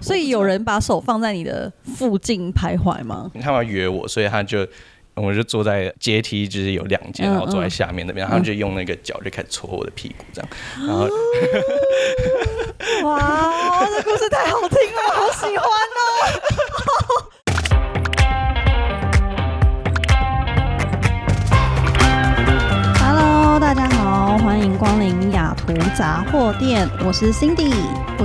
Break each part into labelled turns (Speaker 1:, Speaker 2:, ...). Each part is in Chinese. Speaker 1: 所以有人把手放在你的附近徘徊吗？
Speaker 2: 他们要约我，所以他就。我就坐在阶梯，就是有两阶，
Speaker 1: 嗯
Speaker 2: 然后坐在下面那边，他们
Speaker 1: 嗯
Speaker 2: 就用那个脚就开始搓我的屁股，这样，然后
Speaker 1: 哇，这故事太好听了，好喜欢哦！Hello，大家好，欢迎光临雅图杂货店，我是 Cindy。
Speaker 3: 我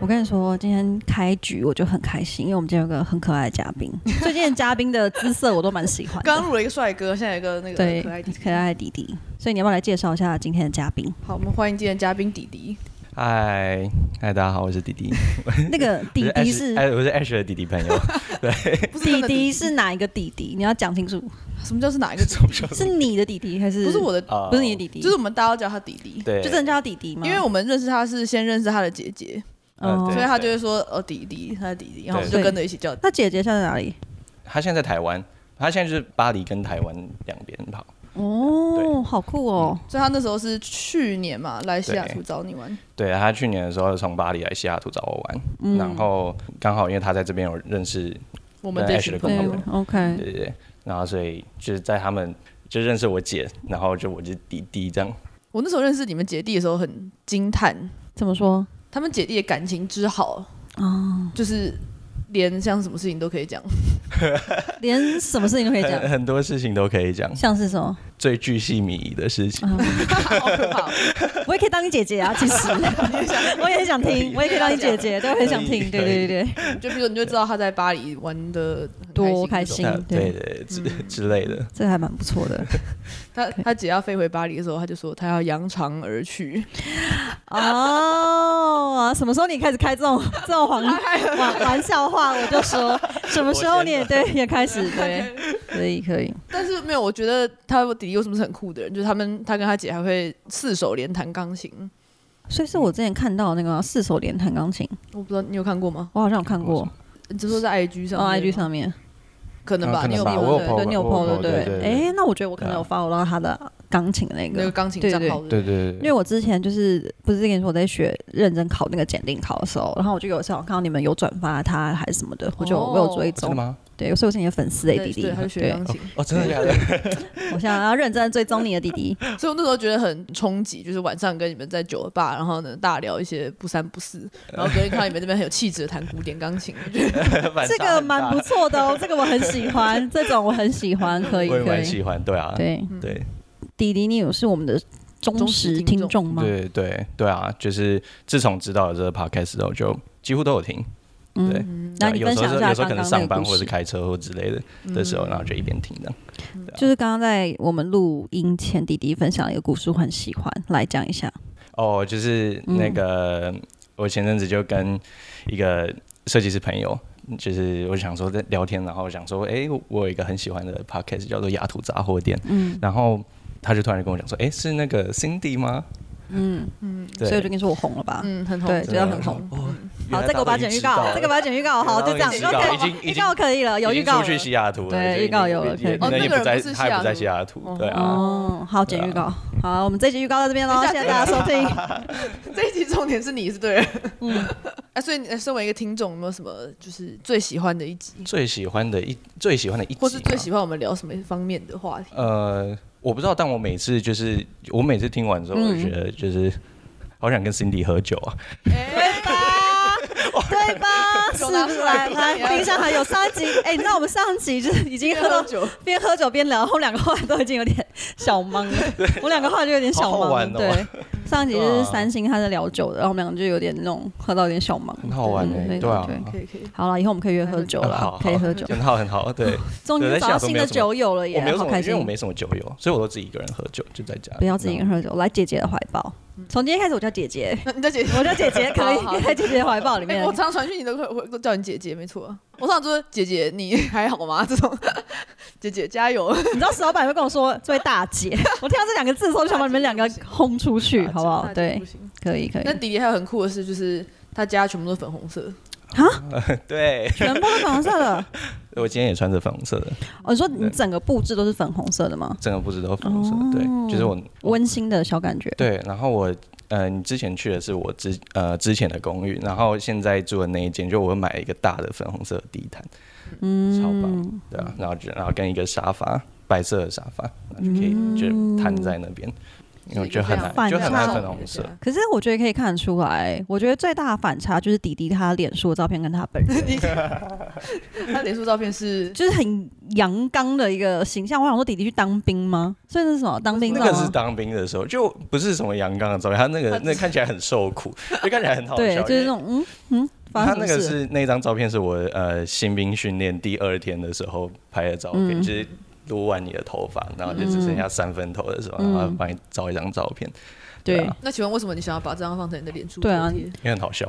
Speaker 1: 我跟你说，今天开局我就很开心，因为我们今天有个很可爱的嘉 宾。最近的嘉宾的姿色我都蛮喜欢的，
Speaker 3: 入了一个帅哥，现在有一个那
Speaker 1: 对
Speaker 3: 弟弟
Speaker 1: 可。爱的弟弟，所以你要不要来介绍一下今天的嘉宾？
Speaker 3: 好，我们欢迎今天的嘉宾弟弟。
Speaker 2: 嗨嗨，大家好，我是弟弟，
Speaker 1: 那个 弟弟是
Speaker 2: 哎，我是 Ash 的弟弟朋友，
Speaker 3: 不是真
Speaker 1: 弟
Speaker 3: 的
Speaker 1: 弟是哪一个弟弟？你要讲清 楚，
Speaker 3: 什么叫是哪一个弟弟？
Speaker 1: 是你的弟弟还是
Speaker 3: 不是我的，
Speaker 2: 啊
Speaker 1: 不是你的弟弟，
Speaker 3: 就是我们大家都叫哦他弟嗯弟。
Speaker 2: 对，
Speaker 1: 就真的叫他弟弟吗？
Speaker 3: 因为我们认识他是先认识他的姐姐，
Speaker 2: 呃对
Speaker 3: 所以他就会说哦弟弟，他的弟弟，然后我们
Speaker 1: 对
Speaker 3: 就跟着一起叫。
Speaker 1: 他姐姐现在在哪里？
Speaker 2: 他现在在台湾，他现在就是巴黎跟台湾两边跑，
Speaker 1: 哦，
Speaker 2: 对
Speaker 1: 好酷哦！
Speaker 3: 所以他那时候是去年嘛来西雅图找你玩，
Speaker 2: 对他去年的时候从巴黎来西雅图找我玩，
Speaker 1: 嗯
Speaker 2: 然后刚好因为他在这边有认识，
Speaker 3: 我们
Speaker 2: 对
Speaker 3: 这
Speaker 2: Ash
Speaker 3: 群
Speaker 2: 的
Speaker 3: 朋
Speaker 2: 共
Speaker 3: 友
Speaker 2: 同。朋
Speaker 1: ，OK，
Speaker 2: 对对对，然后所以就是在他们就认识我姐，然后就我就弟弟这样，
Speaker 3: 我那时候认识你们姐弟的时候很惊叹，
Speaker 1: 怎么说？
Speaker 3: 他们姐弟的感情之好，就是连像什么事情都可 以讲，
Speaker 1: 连什么事情都可以讲
Speaker 2: 很，很多事情都可以讲，
Speaker 1: 像是什么？啊
Speaker 2: 最具细靡遗的
Speaker 1: 哦
Speaker 2: 事情。
Speaker 3: 好可怕哦！
Speaker 1: 我也可以当你姐姐啊， 其实我也很想听，我也可以当你姐姐，都很想
Speaker 2: 可以
Speaker 1: 听。
Speaker 2: 可
Speaker 1: 对对
Speaker 2: 以
Speaker 1: 对对，
Speaker 3: 就比如说你就知道他在巴黎玩的
Speaker 1: 多开心
Speaker 2: 那
Speaker 1: 对
Speaker 2: 啊
Speaker 1: 嗯
Speaker 2: 对对之 之类的，
Speaker 1: 这还蛮不错的
Speaker 3: 他他姐要飞回巴黎的时候，他就说他要扬长而去，
Speaker 1: 哦。什么时候你开始开这种 这种玩玩玩笑话，我就 说什么时候你也对也开始对，可以可以。
Speaker 3: 但是没有，我觉得他弟弟为什么是很酷的人，就是他们他跟他姐还会四手联弹钢琴，
Speaker 1: 所以是我之前看到那个四手联弹钢琴，
Speaker 3: 我不知道你有看过吗？
Speaker 1: 我好像有看过，
Speaker 3: 你就说在 IG 上
Speaker 1: 哦
Speaker 3: 面
Speaker 1: ，IG
Speaker 3: 哦吗
Speaker 1: 上面，
Speaker 3: 可能吧，
Speaker 2: 嗯可
Speaker 3: 你
Speaker 2: 能
Speaker 3: 有
Speaker 2: 吧
Speaker 3: 看
Speaker 2: 我有
Speaker 3: 对
Speaker 2: po
Speaker 1: 对，
Speaker 2: 过
Speaker 1: 你有 PO
Speaker 2: 我有 po
Speaker 1: 对
Speaker 2: 对
Speaker 1: 不对？
Speaker 2: 对对
Speaker 1: 哎，那我觉得我可能有
Speaker 2: 对啊
Speaker 1: follow 到他的钢琴的那
Speaker 3: 那
Speaker 1: 个
Speaker 3: 个，钢琴
Speaker 1: 对
Speaker 3: 账
Speaker 1: 对
Speaker 3: 号，
Speaker 2: 对对
Speaker 1: 因为我之前就是不是跟你说我在学认真考那个检定考的时候，然后我就有时候看到你们有转发他还是什么的，我就
Speaker 3: 哦
Speaker 1: 我有追
Speaker 2: 真的
Speaker 1: 踪，
Speaker 2: 吗？
Speaker 1: 对，所以我是你的粉丝哎，
Speaker 3: 对
Speaker 1: 弟弟
Speaker 3: 对，他就，学
Speaker 1: 对，
Speaker 3: 钢琴。
Speaker 2: 哦，真的假的？
Speaker 1: 我想要认真地追踪你的弟弟，
Speaker 3: 所以我那时候觉得很冲击，就是晚上跟你们在酒吧，然后呢大聊一些不三不四，然后隔天看到你们这边很有气质的弹古典钢琴，我觉得
Speaker 1: 这个蛮不错的哦，这个我很喜欢，这种我很喜欢，可以
Speaker 2: 我也
Speaker 1: 可
Speaker 2: 蛮
Speaker 1: 以，
Speaker 2: 喜欢，对啊，
Speaker 1: 对，
Speaker 2: 对
Speaker 1: 弟弟你有是我们的忠
Speaker 3: 嗯忠实
Speaker 1: 实
Speaker 3: 听
Speaker 1: 听
Speaker 3: 众
Speaker 1: 众吗？
Speaker 2: 对对对啊，就是自从知道了这个 podcast 之后，就几乎都有听。
Speaker 1: 嗯
Speaker 2: 对，啊
Speaker 1: 那你
Speaker 2: 有
Speaker 1: 分
Speaker 2: 时
Speaker 1: 享一
Speaker 2: 候是
Speaker 1: 下
Speaker 2: 有时
Speaker 1: 刚
Speaker 2: 候可
Speaker 1: 刚
Speaker 2: 能
Speaker 1: 那
Speaker 2: 上
Speaker 1: 个
Speaker 2: 班
Speaker 1: 故
Speaker 2: 或者
Speaker 1: 事嗯
Speaker 2: 是。开车或之类的
Speaker 3: 嗯
Speaker 2: 的时候，然后就一边听的。
Speaker 1: 就是刚刚在我们录音前，弟弟分享了一个故事，我很喜欢，来讲一下。
Speaker 2: 哦，就是
Speaker 1: 嗯
Speaker 2: 那个我前阵子就跟一个设计师朋友。就是我想说在聊天，然后我想说，哎、我有一个很喜欢的 podcast 叫做《雅图杂货店》，
Speaker 1: 嗯
Speaker 2: 然后他就突然就跟我讲说，哎、是那个 Cindy 吗？
Speaker 1: 嗯，
Speaker 3: 嗯
Speaker 2: 对，
Speaker 1: 所以我就跟你说我红了吧。
Speaker 3: 嗯很好，
Speaker 1: 对
Speaker 2: 真
Speaker 1: 觉得
Speaker 2: 的
Speaker 1: 很红嗯
Speaker 2: 哦
Speaker 1: 好，
Speaker 2: 原来
Speaker 1: 这个我把它
Speaker 2: 大
Speaker 1: 剪
Speaker 2: 家都已经
Speaker 1: 预
Speaker 2: 知道
Speaker 1: 告，
Speaker 2: 了
Speaker 1: 这个把它剪预告，好，就这样，
Speaker 2: 已
Speaker 1: 预
Speaker 2: 经
Speaker 1: 告
Speaker 2: 已经
Speaker 1: 预告可以了，有
Speaker 2: 已
Speaker 1: 预
Speaker 2: 经
Speaker 1: 告
Speaker 2: 出去
Speaker 1: 了
Speaker 2: 西雅图了，
Speaker 1: 对
Speaker 2: 所以
Speaker 1: 预告有了
Speaker 2: 也
Speaker 1: 可以
Speaker 2: 也
Speaker 1: 哦
Speaker 2: 那也
Speaker 3: 那个
Speaker 2: 不在，
Speaker 3: 人不是
Speaker 2: 他也不在
Speaker 3: 西
Speaker 2: 西
Speaker 3: 雅
Speaker 2: 雅
Speaker 3: 哦
Speaker 2: 图，对啊，
Speaker 1: 哦，好，剪预告，好，我们这集预告到这边喽，谢谢大家收听。
Speaker 3: 这一集重点是你是对的，嗯， 啊，所以你身为一个听众，有没有什么就是最喜欢的一集，
Speaker 2: 最喜欢的一最喜欢的一集啊嘛，
Speaker 3: 或是最喜欢我们聊什么方面的 话题？
Speaker 2: 呃，我不知道，但我每次就是我每次听完之后，我
Speaker 1: 嗯
Speaker 2: 觉得就是好想跟 Cindy 喝酒啊，
Speaker 3: 哎
Speaker 1: 对 吧？是
Speaker 3: 手
Speaker 1: 不
Speaker 3: 拿
Speaker 1: 是？
Speaker 3: 出来
Speaker 1: 来来，冰箱还有上一集，哎、你知道我们上一集就是已经喝
Speaker 3: 喝
Speaker 1: 到
Speaker 3: 酒，
Speaker 1: 边喝酒边聊，我们两个后来都已经有点小懵 了。我们两个后来就有点小
Speaker 2: 好好
Speaker 1: 懵。
Speaker 2: 玩哦
Speaker 1: 对，上一集就
Speaker 2: 对
Speaker 1: 是
Speaker 2: 啊
Speaker 1: 三星他在聊酒的，然后我们两个就有点那种喝到有点小懵。
Speaker 2: 很好玩啊哎、
Speaker 1: 对
Speaker 2: 对啊，
Speaker 1: 对
Speaker 3: 可以可以，
Speaker 1: 好了，以后我们可以约喝酒
Speaker 2: 很好
Speaker 1: 了，可以喝酒。
Speaker 2: 很好很好， 对，
Speaker 1: 终于找到新的酒友了
Speaker 2: 我
Speaker 1: 耶
Speaker 2: 没，有什嗯
Speaker 1: 好
Speaker 2: 么，
Speaker 1: 开
Speaker 2: 因为我
Speaker 1: 心！
Speaker 2: 没什么酒友，所以我都自己一个人喝酒，就在家，
Speaker 1: 不要自己一个人喝酒，来姐姐的怀抱。
Speaker 2: 嗯
Speaker 1: 从今天开始我叫姐姐，
Speaker 3: 那你叫姐姐，
Speaker 1: 我叫姐姐可以
Speaker 3: 好好
Speaker 1: 在姐姐怀抱里
Speaker 3: 哎、
Speaker 1: 面
Speaker 3: 我。常常传讯你都会我都叫你姐姐，没错。我常常说姐姐你还好吗？这种 姐姐加油。
Speaker 1: 你知道石老板会跟我说这位大 姐，我听到这两个字的时候，就想把你们两个轰出去，
Speaker 3: 啊
Speaker 1: 好不好？对
Speaker 3: 不，行。
Speaker 1: 可以可以
Speaker 3: 那。弟弟还有很酷的事，就是他家全部都是粉红色，
Speaker 2: 对，
Speaker 1: 全部都粉红色 的。
Speaker 2: 我今天也穿着粉红色的，
Speaker 1: 哦，你说你整个布置都是粉红色的吗？
Speaker 2: 整个布置都粉红色的，
Speaker 1: 哦
Speaker 2: 对，就是我
Speaker 1: 温馨的小感觉。
Speaker 2: 对，然后我呃，你之前去的是我之呃之前的公寓，然后现在住的那一间，就我买一个大的粉红色的地毯，嗯，超棒，对啊，然后就然后跟一个沙发，白色的沙发，然后就可以
Speaker 1: 嗯
Speaker 2: 就摊在那边，因
Speaker 1: 哦
Speaker 2: 为我觉得很
Speaker 1: 非常
Speaker 2: 难，就
Speaker 1: 泛
Speaker 2: 很难
Speaker 1: 滥
Speaker 2: 粉红色，
Speaker 1: 可是我觉得可以看得出来，我觉得最大的反差就是迪迪他脸书的照片跟他本人，
Speaker 3: 他脸书照片是
Speaker 1: 就是很阳刚的一个形象。我想说，迪迪去当兵吗？所以那是什么？当兵
Speaker 2: 那
Speaker 1: 照吗
Speaker 2: 个是当兵的时候，就不是什么阳刚的照片，他那个那看起来很受苦，就看起来很好笑，
Speaker 1: 对，就是
Speaker 2: 因为
Speaker 1: 那种嗯嗯，发
Speaker 2: 他
Speaker 1: 生
Speaker 2: 那
Speaker 1: 什
Speaker 2: 个
Speaker 1: 么事？
Speaker 2: 是那张照片是我呃新兵训练第二天的时候拍的照片，
Speaker 1: 嗯
Speaker 2: 就是撸完你的头发，然后就只剩下三分头的时候，
Speaker 1: 嗯
Speaker 2: 然后帮你照一张照片，对
Speaker 1: 对
Speaker 2: 啊，
Speaker 3: 那请问为什么你想要把这张放在你的脸书
Speaker 1: 对啊
Speaker 3: 头贴
Speaker 2: 因为很好笑。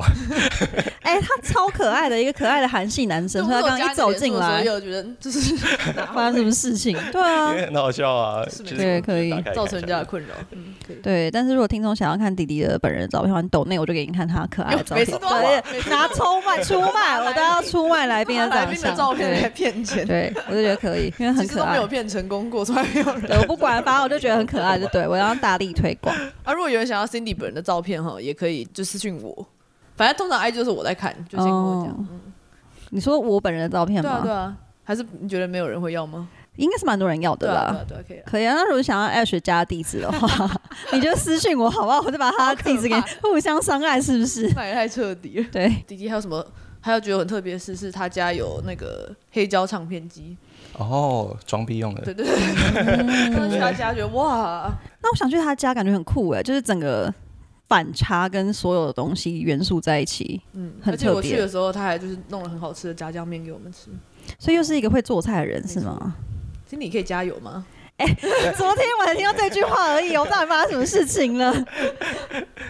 Speaker 1: 哎、他超可爱的一个可爱的韩系男生，所以他刚刚一走进来，
Speaker 3: 就觉得就是
Speaker 1: 发生什么事情？对
Speaker 2: 因
Speaker 1: 啊，
Speaker 2: 为很好笑 啊，
Speaker 3: 是
Speaker 2: 就是
Speaker 1: 对，可以
Speaker 2: 打。开
Speaker 3: 造
Speaker 2: 看一
Speaker 3: 成人
Speaker 2: 下
Speaker 3: 家的困扰。嗯，可以。
Speaker 1: 对，但是如果听众想要看迪迪的本人的照片，的话，你抖内我就给你看他可爱的照
Speaker 3: 每
Speaker 1: 片。
Speaker 3: 次都
Speaker 1: 对
Speaker 3: 要每次
Speaker 1: 拿出卖出卖，我都要出卖来宾的
Speaker 3: 来
Speaker 1: 长
Speaker 3: 宾的
Speaker 1: 相。
Speaker 3: 照片来
Speaker 1: 对，
Speaker 3: 骗钱，
Speaker 1: 对我就觉得可以，因为很
Speaker 3: 其实
Speaker 1: 可
Speaker 3: 都没
Speaker 1: 爱
Speaker 3: 有。骗成功过，从来没有人。
Speaker 1: 对，我不管，反正我就觉得很可爱，就对我要大力推广。
Speaker 3: 啊，如果有人想要 Cindy 本人的照片哈，也可以就私信我。反正通常 IG 就是我在看，就先跟我讲。
Speaker 1: 哦
Speaker 3: 嗯
Speaker 1: 你说我本人的照片
Speaker 3: 对啊，对
Speaker 1: 吗？
Speaker 3: 啊，还是你觉得没有人会要吗？
Speaker 1: 应该是蛮多人要的
Speaker 3: 对啊，对
Speaker 1: 啦。
Speaker 3: 啊，对啊，可以啦。
Speaker 1: 可以啊，那如果想要 Ash 家地址的话， 你就私信我好不好？我就把他地址给你
Speaker 3: 好可
Speaker 1: 互相伤害，是不是？
Speaker 3: 那也太彻底了。
Speaker 1: 对，
Speaker 3: 弟弟还有什么？还有觉得很特别的事是，他家有那个黑胶唱片机。
Speaker 2: 哦，装逼用的，
Speaker 3: 对对对，真的去他家觉得哇，
Speaker 1: 那我想去他家，感觉很酷哎，就是整个反差跟所有的东西元素在一起，
Speaker 3: 嗯，
Speaker 1: 很
Speaker 3: 而且我
Speaker 1: 特别
Speaker 3: 去的时候，他还就是弄了很好吃的炸酱面给我们吃。
Speaker 1: 所以又是一个会做菜的人，
Speaker 3: 没
Speaker 1: 是吗？
Speaker 3: 其实你可以加油吗？
Speaker 1: 昨天我才听到这句话而已，我到底发生什么事情 了？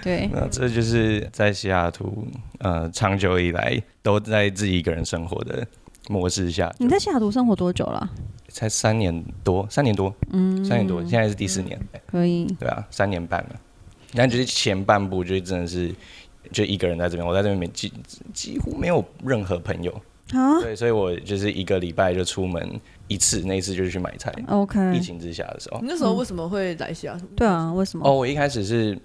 Speaker 1: 对，
Speaker 2: 那这就是在西雅图呃长久以来都在自己一个人生活的模式下，
Speaker 1: 你在西雅图生活多久了？
Speaker 2: 才三年多，三年多，
Speaker 1: 嗯，
Speaker 2: 三年多，现在是第四年，
Speaker 1: 可以。
Speaker 2: 对啊，三年半了。但就是前半部就真的是就一个人在这边，我在这边没几几乎没有任何朋友，
Speaker 1: 啊
Speaker 2: 对，所以我就是一个礼拜就出门一次，那一次就是去买菜。
Speaker 1: 嗯
Speaker 2: 疫
Speaker 1: ，OK，
Speaker 2: 情之下的时候
Speaker 1: 嗯
Speaker 3: 你，那时候为什么会来西雅图？
Speaker 1: 对啊，为什么？
Speaker 2: 哦，我一开始是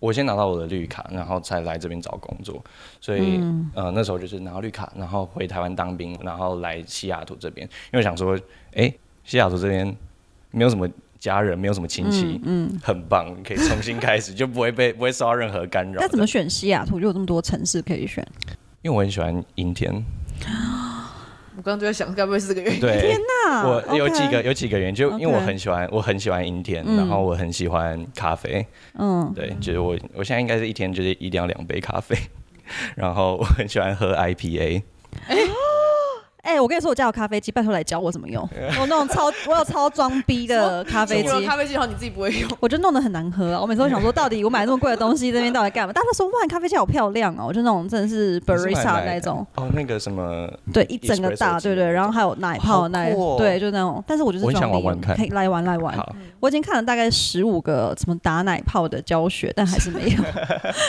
Speaker 2: 我先拿到我的绿卡，然后才来这边找工作，所以、
Speaker 1: 嗯
Speaker 2: 呃那时候就是拿到绿卡，然后回台湾当兵，然后来西雅图这边，因为想说，哎、西雅图这边没有什么家人，没有什么亲戚，
Speaker 1: 嗯，
Speaker 2: 很棒，可以重新开始，就 不会被不会受到任何干扰。
Speaker 1: 那怎么？选西雅图？就有这么多城市可以选。
Speaker 2: 因为我很喜欢阴天。
Speaker 3: 我刚刚就在想，该不会是这个原因？
Speaker 2: 对，
Speaker 1: 天哪
Speaker 2: 我有几个
Speaker 1: OK，
Speaker 2: 有几个原因，就因为我
Speaker 1: OK
Speaker 2: 很喜欢我很喜欢阴天，
Speaker 1: 嗯
Speaker 2: 然后我很喜欢咖啡。
Speaker 1: 嗯，
Speaker 2: 对，就是我我现在应该是一天就是一定要两杯咖啡， 然后我很喜欢喝 IPA。
Speaker 1: 哎，我跟你说，我家有咖啡机，拜托来教我怎么 用。我那种超，我有超装逼的咖啡机
Speaker 3: 如果。有咖啡机的话，你自己不会用。
Speaker 1: 我就弄得很难喝啊！我每次都想 说，到底我买那么贵的东西，这边到底干嘛？大家都说哇，你咖啡机好漂亮哦！我就那种真的是
Speaker 2: 你是买
Speaker 1: barista
Speaker 2: 来
Speaker 1: 那种，
Speaker 2: 哦，那个什么，
Speaker 1: 对，一整个大，
Speaker 2: Espresso 机
Speaker 1: 对对，然后还有奶泡
Speaker 2: 好
Speaker 1: 奶，
Speaker 2: 酷哦
Speaker 1: 对，就那种。但是我就是
Speaker 2: 我很
Speaker 1: 装
Speaker 2: 想
Speaker 1: 逼
Speaker 2: 玩玩看
Speaker 1: 可以来玩来玩。
Speaker 2: 好，
Speaker 1: 我已经看了大概十五个什么打奶泡的教学，但还是没有。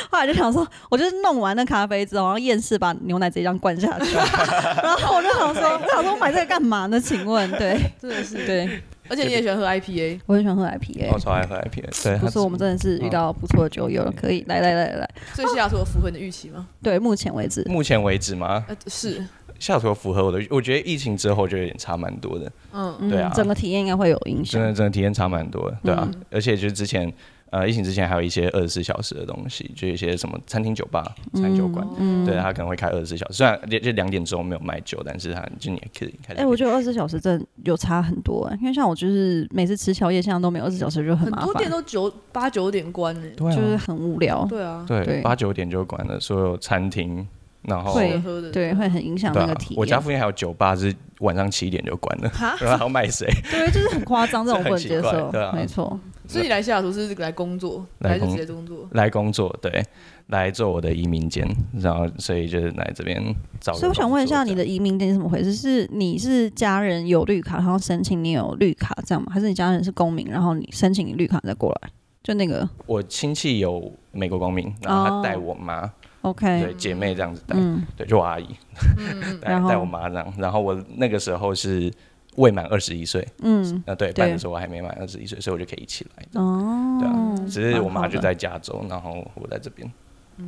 Speaker 1: 后来就想说，我就是弄完那咖啡之后，然后厌世把牛奶直接这样灌下去，然后我就想说，我想说我买这个干嘛呢？请问，对
Speaker 3: 真的是，
Speaker 1: 对，
Speaker 3: 而且你也喜欢喝 IPA，
Speaker 1: 我很喜欢喝 IPA
Speaker 2: 我。超爱喝 IPA。对，
Speaker 1: 不
Speaker 2: 它
Speaker 1: 是，我们真的是遇到不错的酒友了，可以来来来来来，
Speaker 3: 所以西雅图有符合你的预期吗？
Speaker 1: 对，目前为止，
Speaker 2: 目前为止嘛，
Speaker 3: 呃，是，
Speaker 2: 下图符合我的，我觉得疫情之后就有点差蛮多的。
Speaker 3: 嗯，
Speaker 1: 嗯
Speaker 2: 对啊
Speaker 1: 整个体验应该会有影响
Speaker 2: 真。的真的体验差蛮多的，对啊，
Speaker 1: 嗯
Speaker 2: 而且就是之前呃疫情之前还有一些二十四小时的东西，就一些什么餐厅、酒吧、餐酒馆，
Speaker 1: 嗯
Speaker 2: 对，他可能会开二十四小时，虽然这这两点钟没有卖酒，但是他就你也可以开
Speaker 1: 哎、
Speaker 2: 始。
Speaker 1: 我觉得二十四小时真的有差很多、欸，因为像我就是每次吃宵夜，现在都没有二十四小时就
Speaker 3: 很
Speaker 1: 麻
Speaker 3: 多
Speaker 1: 烦
Speaker 3: 店，都九八九点关呢。
Speaker 2: 对
Speaker 1: 就是
Speaker 2: 啊，
Speaker 1: 很无聊，
Speaker 3: 对啊，
Speaker 1: 对
Speaker 2: 对，八九点就关了所有餐厅，然后
Speaker 1: 会
Speaker 3: 吃的喝的，
Speaker 1: 对，会很影响
Speaker 2: 对
Speaker 1: 那个
Speaker 2: 啊
Speaker 1: 体，验。
Speaker 2: 我家附近还有酒吧是晚上七点就关了，然后还要卖水，
Speaker 1: 对，就是很夸张，这种不
Speaker 2: 这
Speaker 1: 能
Speaker 2: 很奇
Speaker 1: 接
Speaker 2: 怪
Speaker 1: 受，
Speaker 2: 对啊
Speaker 1: 没错。
Speaker 3: 所以你来西雅图是来工作，
Speaker 2: 来
Speaker 3: 还是
Speaker 2: 工
Speaker 3: 直接工作？
Speaker 2: 来工作，对，来做我的移民监，然后所以就是来这边找。
Speaker 1: 所以我想问一下，你的，移民点是怎么回事？是你是家人有绿卡，然后申请你有绿卡这样吗？还是你家人是公民，然后你申请你绿卡再过来？就那个
Speaker 2: 我亲戚有美国公民，然后
Speaker 1: 哦
Speaker 2: 他带我妈，
Speaker 1: OK，
Speaker 2: 对，姐妹这样子带，
Speaker 1: 嗯，
Speaker 2: 对，就我阿姨，带
Speaker 1: 然后
Speaker 2: 带我妈这样。然后我那个时候是未满二十一岁，
Speaker 1: 嗯，
Speaker 2: 那对，
Speaker 1: 对
Speaker 2: 办的时候我还没满二十一岁，所以我就可以一起来的。对
Speaker 1: 哦
Speaker 2: 啊，只是我妈
Speaker 1: 蛮好的
Speaker 2: 就在加州，然后我在这边。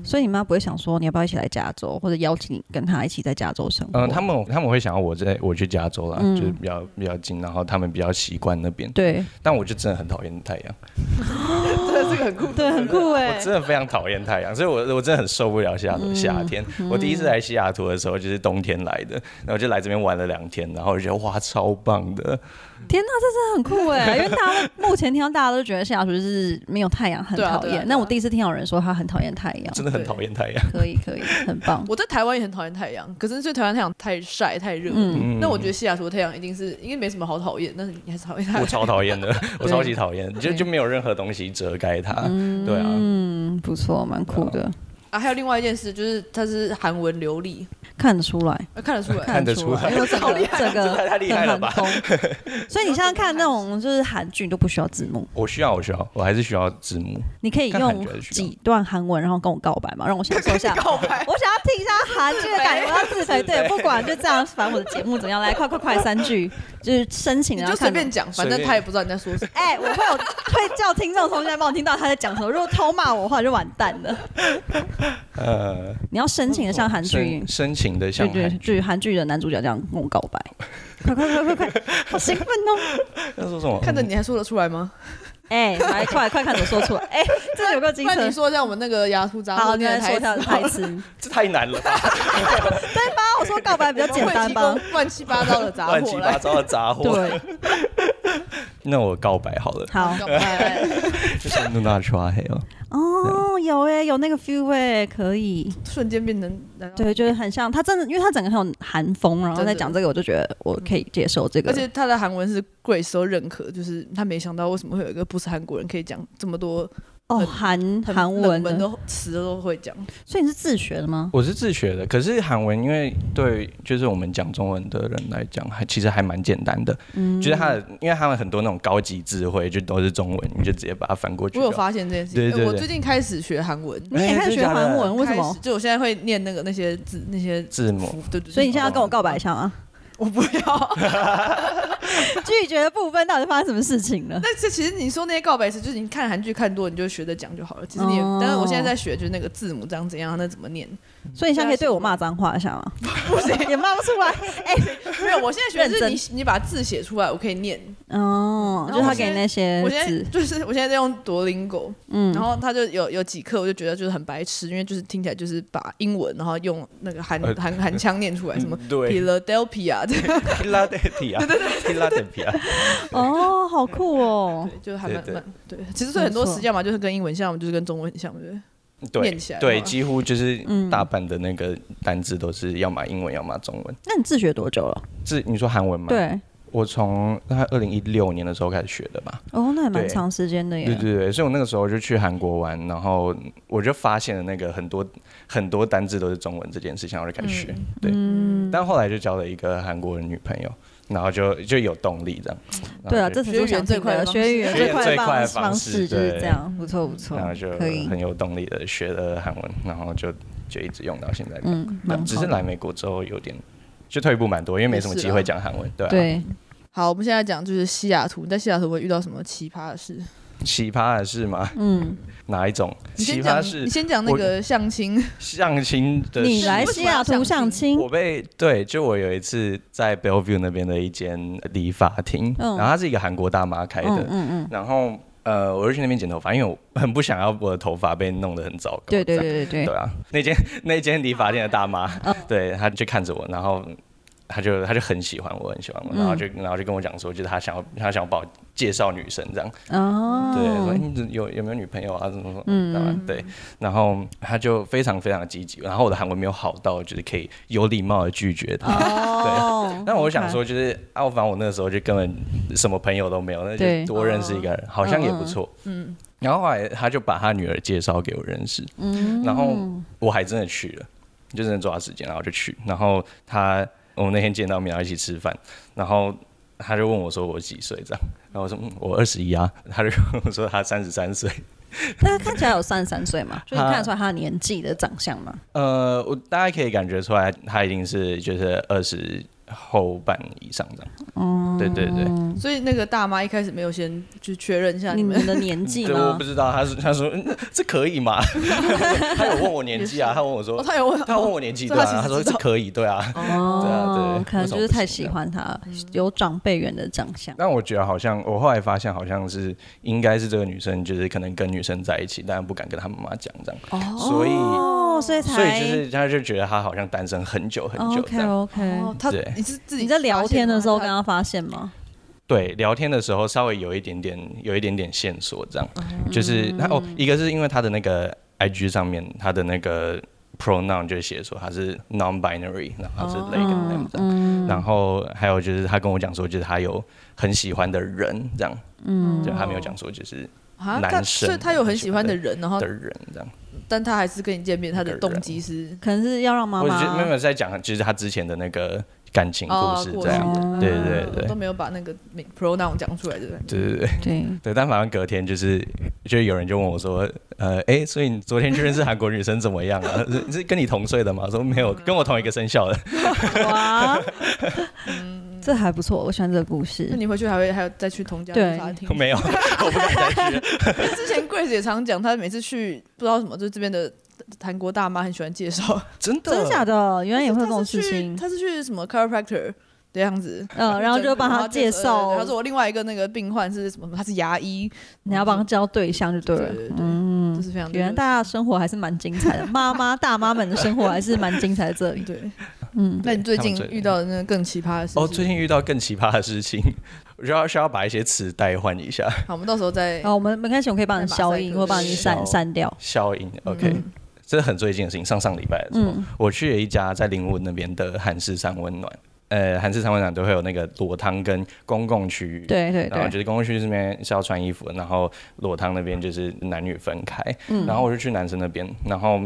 Speaker 1: 所以你妈不会想说你要不要一起来加州，或者邀请你跟她一起在加州生活？
Speaker 2: 嗯、他们他们会想要我在我去加州啦，
Speaker 1: 嗯
Speaker 2: 就是比较比较近，然后他们比较习惯那边。
Speaker 1: 对
Speaker 2: 但我就真的很讨厌太阳，
Speaker 3: 对，这个很酷，
Speaker 1: 对，很酷哎、
Speaker 2: 我真的非常讨厌太阳，所以我我真的很受不了西雅
Speaker 1: 嗯
Speaker 2: 图的夏天。我第一次来西雅图的时候就是冬天来的，然后就来这边玩了两天，然后我就觉得哇超棒的，
Speaker 1: 天哪，这真 的很酷哎、因为大家目前听到大家都觉得西雅图就是没有太阳很
Speaker 3: 对啊
Speaker 1: 讨
Speaker 3: 对啊对啊
Speaker 1: 厌，那我第一次听到有人说他很讨厌太阳，
Speaker 2: 真的很讨厌太阳。
Speaker 1: 可以可以，很棒。
Speaker 3: 我在台湾也很讨厌太阳，可是对台湾太阳太晒太热。
Speaker 1: 嗯，
Speaker 2: 嗯
Speaker 3: 那我觉得西雅图的太阳一定是应该没什么好讨厌，但是你还是讨厌 它。
Speaker 2: 我超讨厌的，我超级讨厌，就就没有任何东西遮盖它。对啊，
Speaker 1: 嗯，不错，蛮酷的，
Speaker 3: 啊，还有另外一件事就是他是韩文流利，
Speaker 1: 看得出来，
Speaker 3: 呃看得出 来。
Speaker 2: 看得出来
Speaker 1: 因为这个哎这个
Speaker 2: 太厉害了吧
Speaker 1: 很韩风所以你现在看那种就是韩剧你都不需要字幕，
Speaker 2: 我需要，我需要，我还是需要字幕。
Speaker 1: 你可以
Speaker 2: 看韩
Speaker 1: 用
Speaker 2: 剧还是需要
Speaker 1: 几段韩文，然后跟我告白嘛，让我享 受一下
Speaker 3: 告白，
Speaker 1: 我想要听一下韩剧的感觉，我要自肥。对，不管就这样，反正我的节目怎么样，来快快快，三句就是申请，
Speaker 3: 你
Speaker 1: 然
Speaker 3: 就
Speaker 1: 后
Speaker 3: 随
Speaker 1: 看。
Speaker 3: 便讲，反
Speaker 2: 随
Speaker 3: 正
Speaker 2: 便
Speaker 3: 他也不知道你在说 什么。
Speaker 1: 哎、我会有会叫听众同学来帮我听到他在讲什么。如果偷骂我的话，就完蛋了。
Speaker 2: 呃，
Speaker 1: 你要申请的像韩剧
Speaker 2: 深，深情的
Speaker 1: 对
Speaker 2: 像
Speaker 1: 对，
Speaker 2: 哦韩剧，
Speaker 1: 剧韩剧的男主角这样跟我告白，快快快快快，好兴奋 哦！
Speaker 2: 那说什么？
Speaker 3: 看着你还说得出来吗？
Speaker 1: 哎、来快快看我说出来，哎、这有个精
Speaker 3: 那你
Speaker 1: 神。
Speaker 3: 说一下我们那个牙突渣
Speaker 1: 好，
Speaker 3: 你
Speaker 1: 你来说一下台 词。
Speaker 2: 嗯这太难了吧，
Speaker 1: 对吧？我说告白比较简单 吧？？
Speaker 3: 乱七八糟的杂货
Speaker 2: 乱七八糟的杂货。
Speaker 1: 对，
Speaker 2: 那我告白好了，
Speaker 1: 好。哎
Speaker 2: 就是露娜抓黑哦。
Speaker 1: 哦，有哎、有那个 feel 哎、可以。
Speaker 3: 瞬间变成
Speaker 1: 对，就是很像他真的，因为他整个很有韩风，然后
Speaker 3: 真的
Speaker 1: 在讲这个，我就觉得我可以接受这个。
Speaker 3: 而且他的韩文是 Grace 都认可，就是他没想到为什么会有一个不是韩国人可以讲这么多
Speaker 1: 哦，韩
Speaker 3: 很
Speaker 1: 韩文
Speaker 3: 冷门
Speaker 1: 的，
Speaker 3: 的词都会讲。
Speaker 1: 所以你是自学的吗？
Speaker 2: 我是自学的，可是韩文因为对就是我们讲中文的人来讲，还其实还蛮简单的。嗯，就是他的，因为他们很多那种高级智慧就都是中文，你就直接把它翻过去
Speaker 3: 我
Speaker 2: 就好。
Speaker 3: 有发现这件事情，
Speaker 2: 对对对
Speaker 3: 呃我最近开始学韩文，
Speaker 1: 你也开始学韩文，嗯为什
Speaker 3: 开
Speaker 1: 么
Speaker 3: 始？就我现在会念那个那些字那些
Speaker 2: 字幕，
Speaker 3: 符，对对。对
Speaker 1: 所以你现在要跟我告白一下啊？
Speaker 3: 我不要。
Speaker 1: 拒绝的部分到底发生什么事情了？
Speaker 3: 但是其实你说那些告白词，就是你看韩剧看多，你就学着讲就好了。其实你也，
Speaker 1: 哦
Speaker 3: 但是我现在在学，就是那个字母这样怎样，那怎 么念？
Speaker 1: 所以你现在可以对我骂脏话一下吗？不行，也骂不出来。
Speaker 3: 没有，我现在学的
Speaker 1: 认
Speaker 3: 就是你你把字写出来，我可以念。
Speaker 1: 哦，就是他给你那些
Speaker 3: 我现在
Speaker 1: 字，
Speaker 3: 就是我现在在用多林狗，
Speaker 1: 嗯
Speaker 3: 然，后他就有有几课，我就觉得就是很白痴，因为就是听起来就是把英文，然后用那个韩
Speaker 2: 呃
Speaker 3: 韩韩腔念出来，什么
Speaker 2: 嗯对
Speaker 3: Philadelphia 这样，
Speaker 2: Philadelphia，Philadelphia，
Speaker 1: 哦，好酷哦。
Speaker 3: 对，就还
Speaker 2: 对
Speaker 3: 蛮
Speaker 2: 对
Speaker 3: 蛮对。其实所以很多
Speaker 1: 没错
Speaker 3: 词要么就是跟英文像，就是跟中文很像，对不对？
Speaker 2: 对
Speaker 3: 念起来
Speaker 2: 对，
Speaker 3: 吗
Speaker 2: 几乎就是
Speaker 1: 嗯
Speaker 2: 大半的那个单字都是要么英文，要么中文。
Speaker 1: 那你自学多久了？
Speaker 2: 是你说韩文吗？，
Speaker 1: 对，
Speaker 2: 我从大概二零一六年的时候开始学的吧。
Speaker 1: 哦，那也蛮
Speaker 2: 对
Speaker 1: 长时间的耶。
Speaker 2: 对对对，所以我那个时候就去韩国玩，然后我就发现了那个很多 很多单字都是中文这件事情，然后就开始学。对，
Speaker 1: 嗯，
Speaker 2: 但后来就交了一个韩国的女朋友，然后就就有动力这样。然后
Speaker 1: 对啊，
Speaker 2: 就
Speaker 1: 这才是我想听的
Speaker 3: 学
Speaker 1: 学语
Speaker 3: 语
Speaker 1: 言
Speaker 3: 言
Speaker 1: 最
Speaker 3: 最
Speaker 1: 快
Speaker 2: 快
Speaker 1: 的
Speaker 2: 的方式
Speaker 1: 方
Speaker 2: 学语
Speaker 1: 式
Speaker 2: 言最快的方式
Speaker 1: 就是
Speaker 2: 对
Speaker 1: 这样，不错不错
Speaker 2: 然后就，
Speaker 1: 可以，
Speaker 2: 很有动力的学了韩文，然后就就一直用到现在。
Speaker 1: 嗯，
Speaker 2: 对
Speaker 1: 蛮好
Speaker 2: 只是来美国之后有点就退步蛮多，因为没什么机会讲韩文。对啊，
Speaker 1: 对，
Speaker 3: 好，我们现在讲就是西雅图，你在西雅图会遇到什么奇葩的事？
Speaker 2: 奇葩的事吗？
Speaker 1: 嗯，
Speaker 2: 哪一种？
Speaker 3: 你
Speaker 2: 奇
Speaker 3: 先
Speaker 2: 葩
Speaker 3: 讲，
Speaker 2: 是
Speaker 3: 你先讲那个相亲，
Speaker 2: 相亲的事。
Speaker 1: 你来西雅图相亲
Speaker 2: 我，被对，就我有一次在 Bellevue 那边的一间理发厅，
Speaker 1: 嗯
Speaker 2: 然后它是一个韩国大妈开的，
Speaker 1: 嗯嗯嗯，
Speaker 2: 然后呃，我就去那边剪头发，因为我很不想要我的头发被弄得很糟糕。
Speaker 1: 对对嗯
Speaker 2: 这样
Speaker 1: 对对对，
Speaker 2: 对啊，那间那间理发店的大妈，对，她就看着我，然后他就他就很喜欢我，很喜欢我，
Speaker 1: 嗯
Speaker 2: 然后就然后就跟我讲说，就是他想要他想要把我介绍女生这样，
Speaker 1: 哦，
Speaker 2: 对，说你怎有有没有女朋友啊，怎么说，
Speaker 1: 嗯
Speaker 2: 嗯，对，然后他就非常非常的积极，然后我的韩文没有好到就是可以有礼貌的拒绝他，
Speaker 1: 哦，
Speaker 2: 但我想说，就是啊，反正我那时候就根本什么朋友都没有，那
Speaker 1: 对哦
Speaker 2: 就多认识一个人，好像也不错。嗯。然后后来他就把他女儿介绍给我认识，
Speaker 1: 嗯
Speaker 2: 然后我还真的去了，就真的抓时间，然后就去。然后他我们那天见到面，然后一起吃饭，然后他就问我说我几岁这样，然后我说、嗯、我二十一啊，他就跟我说他三十三岁。
Speaker 1: 但是看起来有三十三岁嘛，就是
Speaker 2: 他
Speaker 1: 看得出来他的年纪的长相嘛。
Speaker 2: 呃，我大家可以感觉出来，他一定是就是二十后半以上这样。嗯，对对对。
Speaker 3: 所以那个大妈一开始没有先就确认一下
Speaker 1: 你
Speaker 3: 你们
Speaker 1: 们的年纪
Speaker 2: 啊对，我
Speaker 1: 吗
Speaker 2: 不？知道，他是他说、嗯、这可以吗？ 他有问我年 纪啊，他问我说
Speaker 3: 哦，，他有问，
Speaker 2: 他问我年纪
Speaker 3: 所
Speaker 2: 对
Speaker 3: 以
Speaker 2: 啊，
Speaker 3: 他其实
Speaker 2: 他说
Speaker 3: 知
Speaker 2: 这
Speaker 3: 道
Speaker 2: 可以对啊。对啊
Speaker 1: 哦
Speaker 2: 对，
Speaker 1: 可能就是太喜欢他了，有长辈缘的长相。
Speaker 2: 但我觉得好像我后来发现好像是应该是这个女生就是可能跟女生在一起，但不敢跟她妈妈讲这样，所以
Speaker 1: 哦，所以才
Speaker 2: 嗯所以就是他就觉得他好像单身很久很久这
Speaker 1: OK
Speaker 2: 样。
Speaker 1: OK。
Speaker 3: 哦，他
Speaker 2: 对
Speaker 3: 你是自己
Speaker 1: 你在聊天的时候
Speaker 3: 发
Speaker 1: 刚
Speaker 3: 现
Speaker 1: 刚发现吗？
Speaker 2: 对，聊天的时候稍微有一点点有一点点线索这样，就是他哦，一个是因为他的那个 IG 上面他的那个 pronoun 就写说他是 non-binary，然后他是 they 跟 them 这样。
Speaker 1: 嗯
Speaker 2: 然后还有就是他跟我讲说，就是他有很喜欢的人这样，
Speaker 1: 嗯
Speaker 2: 就他没有讲说就是
Speaker 3: 啊
Speaker 2: 男
Speaker 3: 他
Speaker 2: 生
Speaker 3: 所以他有很喜欢的人，然
Speaker 1: 哦
Speaker 3: 后
Speaker 2: 的人这样。
Speaker 3: 但他还是跟你见面，他的
Speaker 2: 个人
Speaker 3: 动机是
Speaker 1: 嗯可能是要让妈
Speaker 2: 我就没
Speaker 1: 妈
Speaker 2: 有在讲，就是他之前的那个感情
Speaker 3: 哦
Speaker 2: 故事
Speaker 3: 过
Speaker 2: 这样。
Speaker 1: 世
Speaker 3: 的
Speaker 2: 对
Speaker 3: 嗯
Speaker 2: 对对
Speaker 3: 都没有把那个 pronoun 讲出来，对不对？
Speaker 2: 对对对
Speaker 1: 对
Speaker 2: 对，但反正隔天就是，就有人就问我说，呃，哎，所以你昨天去认识韩国女生怎么样啊？ 是是跟你同岁的吗？我说没有，跟我同一个生肖的。
Speaker 1: 哇，
Speaker 2: 嗯
Speaker 1: 这还不错，我喜欢这个故
Speaker 3: 那
Speaker 1: 事。
Speaker 3: 你回去还会还有再去同家
Speaker 1: 对
Speaker 3: 茶厅？
Speaker 2: 没有，我不敢再 去了。
Speaker 3: 之前 Grace 也常讲，她每次去不知道什么，就是这边的韩国大妈很喜欢介 绍，
Speaker 2: 真的？
Speaker 1: 真的假的？原来也会有这种
Speaker 3: 她
Speaker 1: 事
Speaker 3: 是去
Speaker 1: 情。
Speaker 3: 她是去什么 chiropractor 的样子。
Speaker 1: 嗯，然后就帮他介绍，
Speaker 3: 呃他说我另外一个那个病患是什么？他是牙医，
Speaker 1: 你要帮他交对象就对
Speaker 3: 对
Speaker 1: 了。
Speaker 3: 对对，
Speaker 1: 嗯
Speaker 3: 就，是非常
Speaker 1: 原来大家的生活还是蛮精彩的，妈妈大妈们的生活还是蛮精彩的。这里，
Speaker 3: 对。
Speaker 1: 嗯，
Speaker 3: 那你最近
Speaker 2: 他们最
Speaker 3: 遇到的那个更奇葩的事情？
Speaker 2: 哦，最近遇到更奇葩的事情， 我需要需要把一些词代换一下。
Speaker 3: 好，我们到时候再
Speaker 1: 好，我们没关系，我可以帮你消音，
Speaker 3: 再把赛克
Speaker 1: 或帮你删
Speaker 2: 消
Speaker 1: 删掉。
Speaker 2: 消音，OK，、这是
Speaker 3: 嗯
Speaker 2: 很最近的事情，上上礼拜的时候，
Speaker 1: 嗯
Speaker 2: 我去了一家在林文那边的韩式三温暖，呃，韩式三温暖都会有那个裸汤跟公共区域，，
Speaker 1: 对对
Speaker 2: 然后就
Speaker 1: 对，
Speaker 2: 是公共区域这边是要穿衣服的，然后裸汤那边就是男女分开，
Speaker 1: 嗯
Speaker 2: 然后我就去男生那边，然后。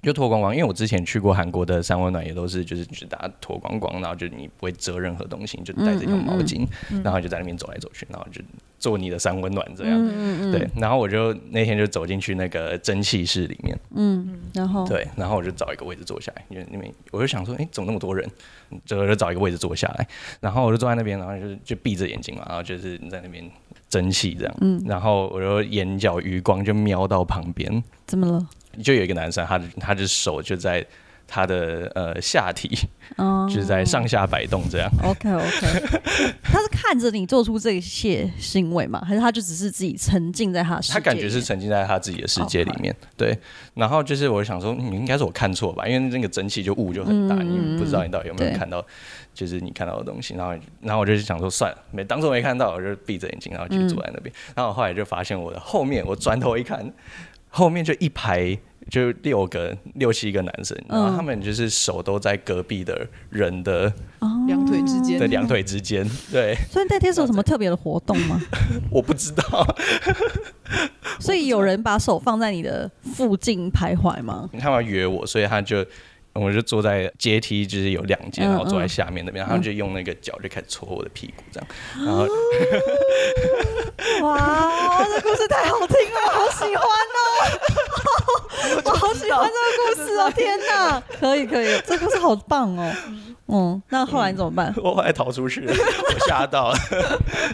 Speaker 2: 就脱光光，因为我之前去过韩国的三温暖，也都是就是就是大家脱光光，然后就你不会遮任何东西，你就带着一条
Speaker 1: 嗯嗯
Speaker 2: 毛
Speaker 1: 嗯
Speaker 2: 巾，然后就在那边走来走去，然后就做你的三温暖这样。
Speaker 1: 嗯嗯嗯，
Speaker 2: 对，然后我就那天就走进去那个蒸汽室里面，
Speaker 1: 嗯，然后
Speaker 2: 对，然后我就找一个位置坐下来，因为那边我就想说，哎、怎么那么多人？就就找一个位置坐下来，然后我就坐在那边，然后就是就闭着眼睛嘛，然后就是在那边蒸汽这样，
Speaker 1: 嗯
Speaker 2: 然后我就眼角余光就瞄到旁边，
Speaker 1: 怎么了？
Speaker 2: 就有一个男生，他的他的手就在他的呃下体，
Speaker 1: 哦
Speaker 2: 就是在上下摆动这样。
Speaker 1: OK OK，他 是看着你做出这些行为吗？还是他就只是自己沉浸在他的世界
Speaker 2: 他
Speaker 1: 里面？
Speaker 2: 感觉是沉浸在他自己的世界里面，
Speaker 1: 哦
Speaker 2: 对。然后就是我想说，嗯应该是我看错吧，因为那个蒸汽就雾就很大，
Speaker 1: 嗯
Speaker 2: 你不知道你到底有没有
Speaker 1: 对
Speaker 2: 看到，就是你看到的东西。然后，然后我就想说，算了，没当做没看到，我就闭着眼睛，然后继
Speaker 1: 嗯
Speaker 2: 续坐在那边。然后我后来就发现我的后面，我转头一看，后面就一排。就六个、六七个男生，然
Speaker 1: 嗯
Speaker 2: 后他们就是手都在隔壁的人的
Speaker 3: 两腿之间
Speaker 2: 的两腿之间，对，
Speaker 1: 所以那天是有什么特别的活动吗？
Speaker 2: 我不知道，
Speaker 1: 所以有人把手放在你的附近徘徊吗？
Speaker 2: 他们要约我，所以他就我就坐在阶梯，就是有两间，
Speaker 1: 嗯
Speaker 2: 然后坐在下面那边，他们就用那个脚就开始戳我的屁股这样，然后
Speaker 1: 哇，这故事太好听 了，好喜欢哦！ 我好喜欢这个故事哦！天哪，可以可以，这故事好棒哦。嗯，那后来你怎么办？
Speaker 2: 我后来逃出去了， 我吓到了，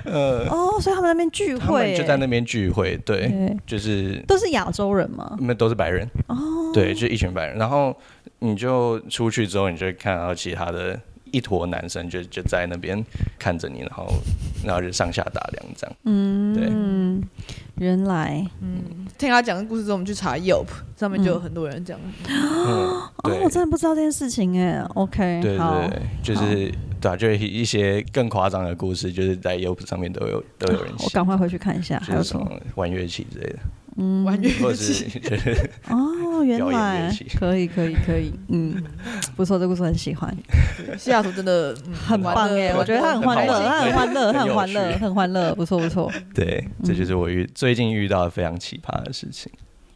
Speaker 1: 哦，所以他们在那边聚
Speaker 2: 他
Speaker 1: 会
Speaker 2: 们
Speaker 1: 耶，
Speaker 2: 就在那边聚会，对，
Speaker 1: 对，
Speaker 2: 就是
Speaker 1: 都是亚洲人吗？
Speaker 2: 那都是白人，
Speaker 1: 哦，
Speaker 2: 对，就一群白人，然后你就出去之后，你就会看到其他的。一坨男生就就在那边看着你，然后然后就上下打量 这样。
Speaker 1: 嗯，原来
Speaker 3: 听他讲的故事之后，我们去查 Yelp 上面就有很多人讲，
Speaker 2: 嗯，
Speaker 1: 哦，我真的不知道这件事情哎。OK，
Speaker 2: 对
Speaker 1: 好，
Speaker 2: 对，就是对啊，就是一些更夸张的故事，就是在 Yelp 上面都有都有人
Speaker 1: 我
Speaker 2: 写，
Speaker 1: 赶快回去看一下，还
Speaker 2: 就
Speaker 1: 有
Speaker 2: 是
Speaker 1: 什
Speaker 2: 什
Speaker 1: 么？嗯
Speaker 2: 么玩乐器之类的，
Speaker 3: 玩乐
Speaker 2: 或者
Speaker 3: 器。
Speaker 2: 是 就是
Speaker 1: 哦，原
Speaker 2: 表演
Speaker 1: 来
Speaker 2: 乐器
Speaker 1: 可以，可以，可以，嗯，不错，这故事很喜欢，
Speaker 3: 西雅图真的嗯
Speaker 1: 很
Speaker 3: 玩
Speaker 1: 棒
Speaker 3: 得
Speaker 1: 哎，我觉得他很
Speaker 2: 玩
Speaker 1: 欢
Speaker 2: 得
Speaker 1: 乐，他很欢乐，
Speaker 2: 很
Speaker 1: 他很
Speaker 2: 有
Speaker 1: 欢乐，
Speaker 2: 趣
Speaker 1: 很欢乐，不错，不错。
Speaker 2: 对，这就是我遇最近遇到的非常奇葩的事情。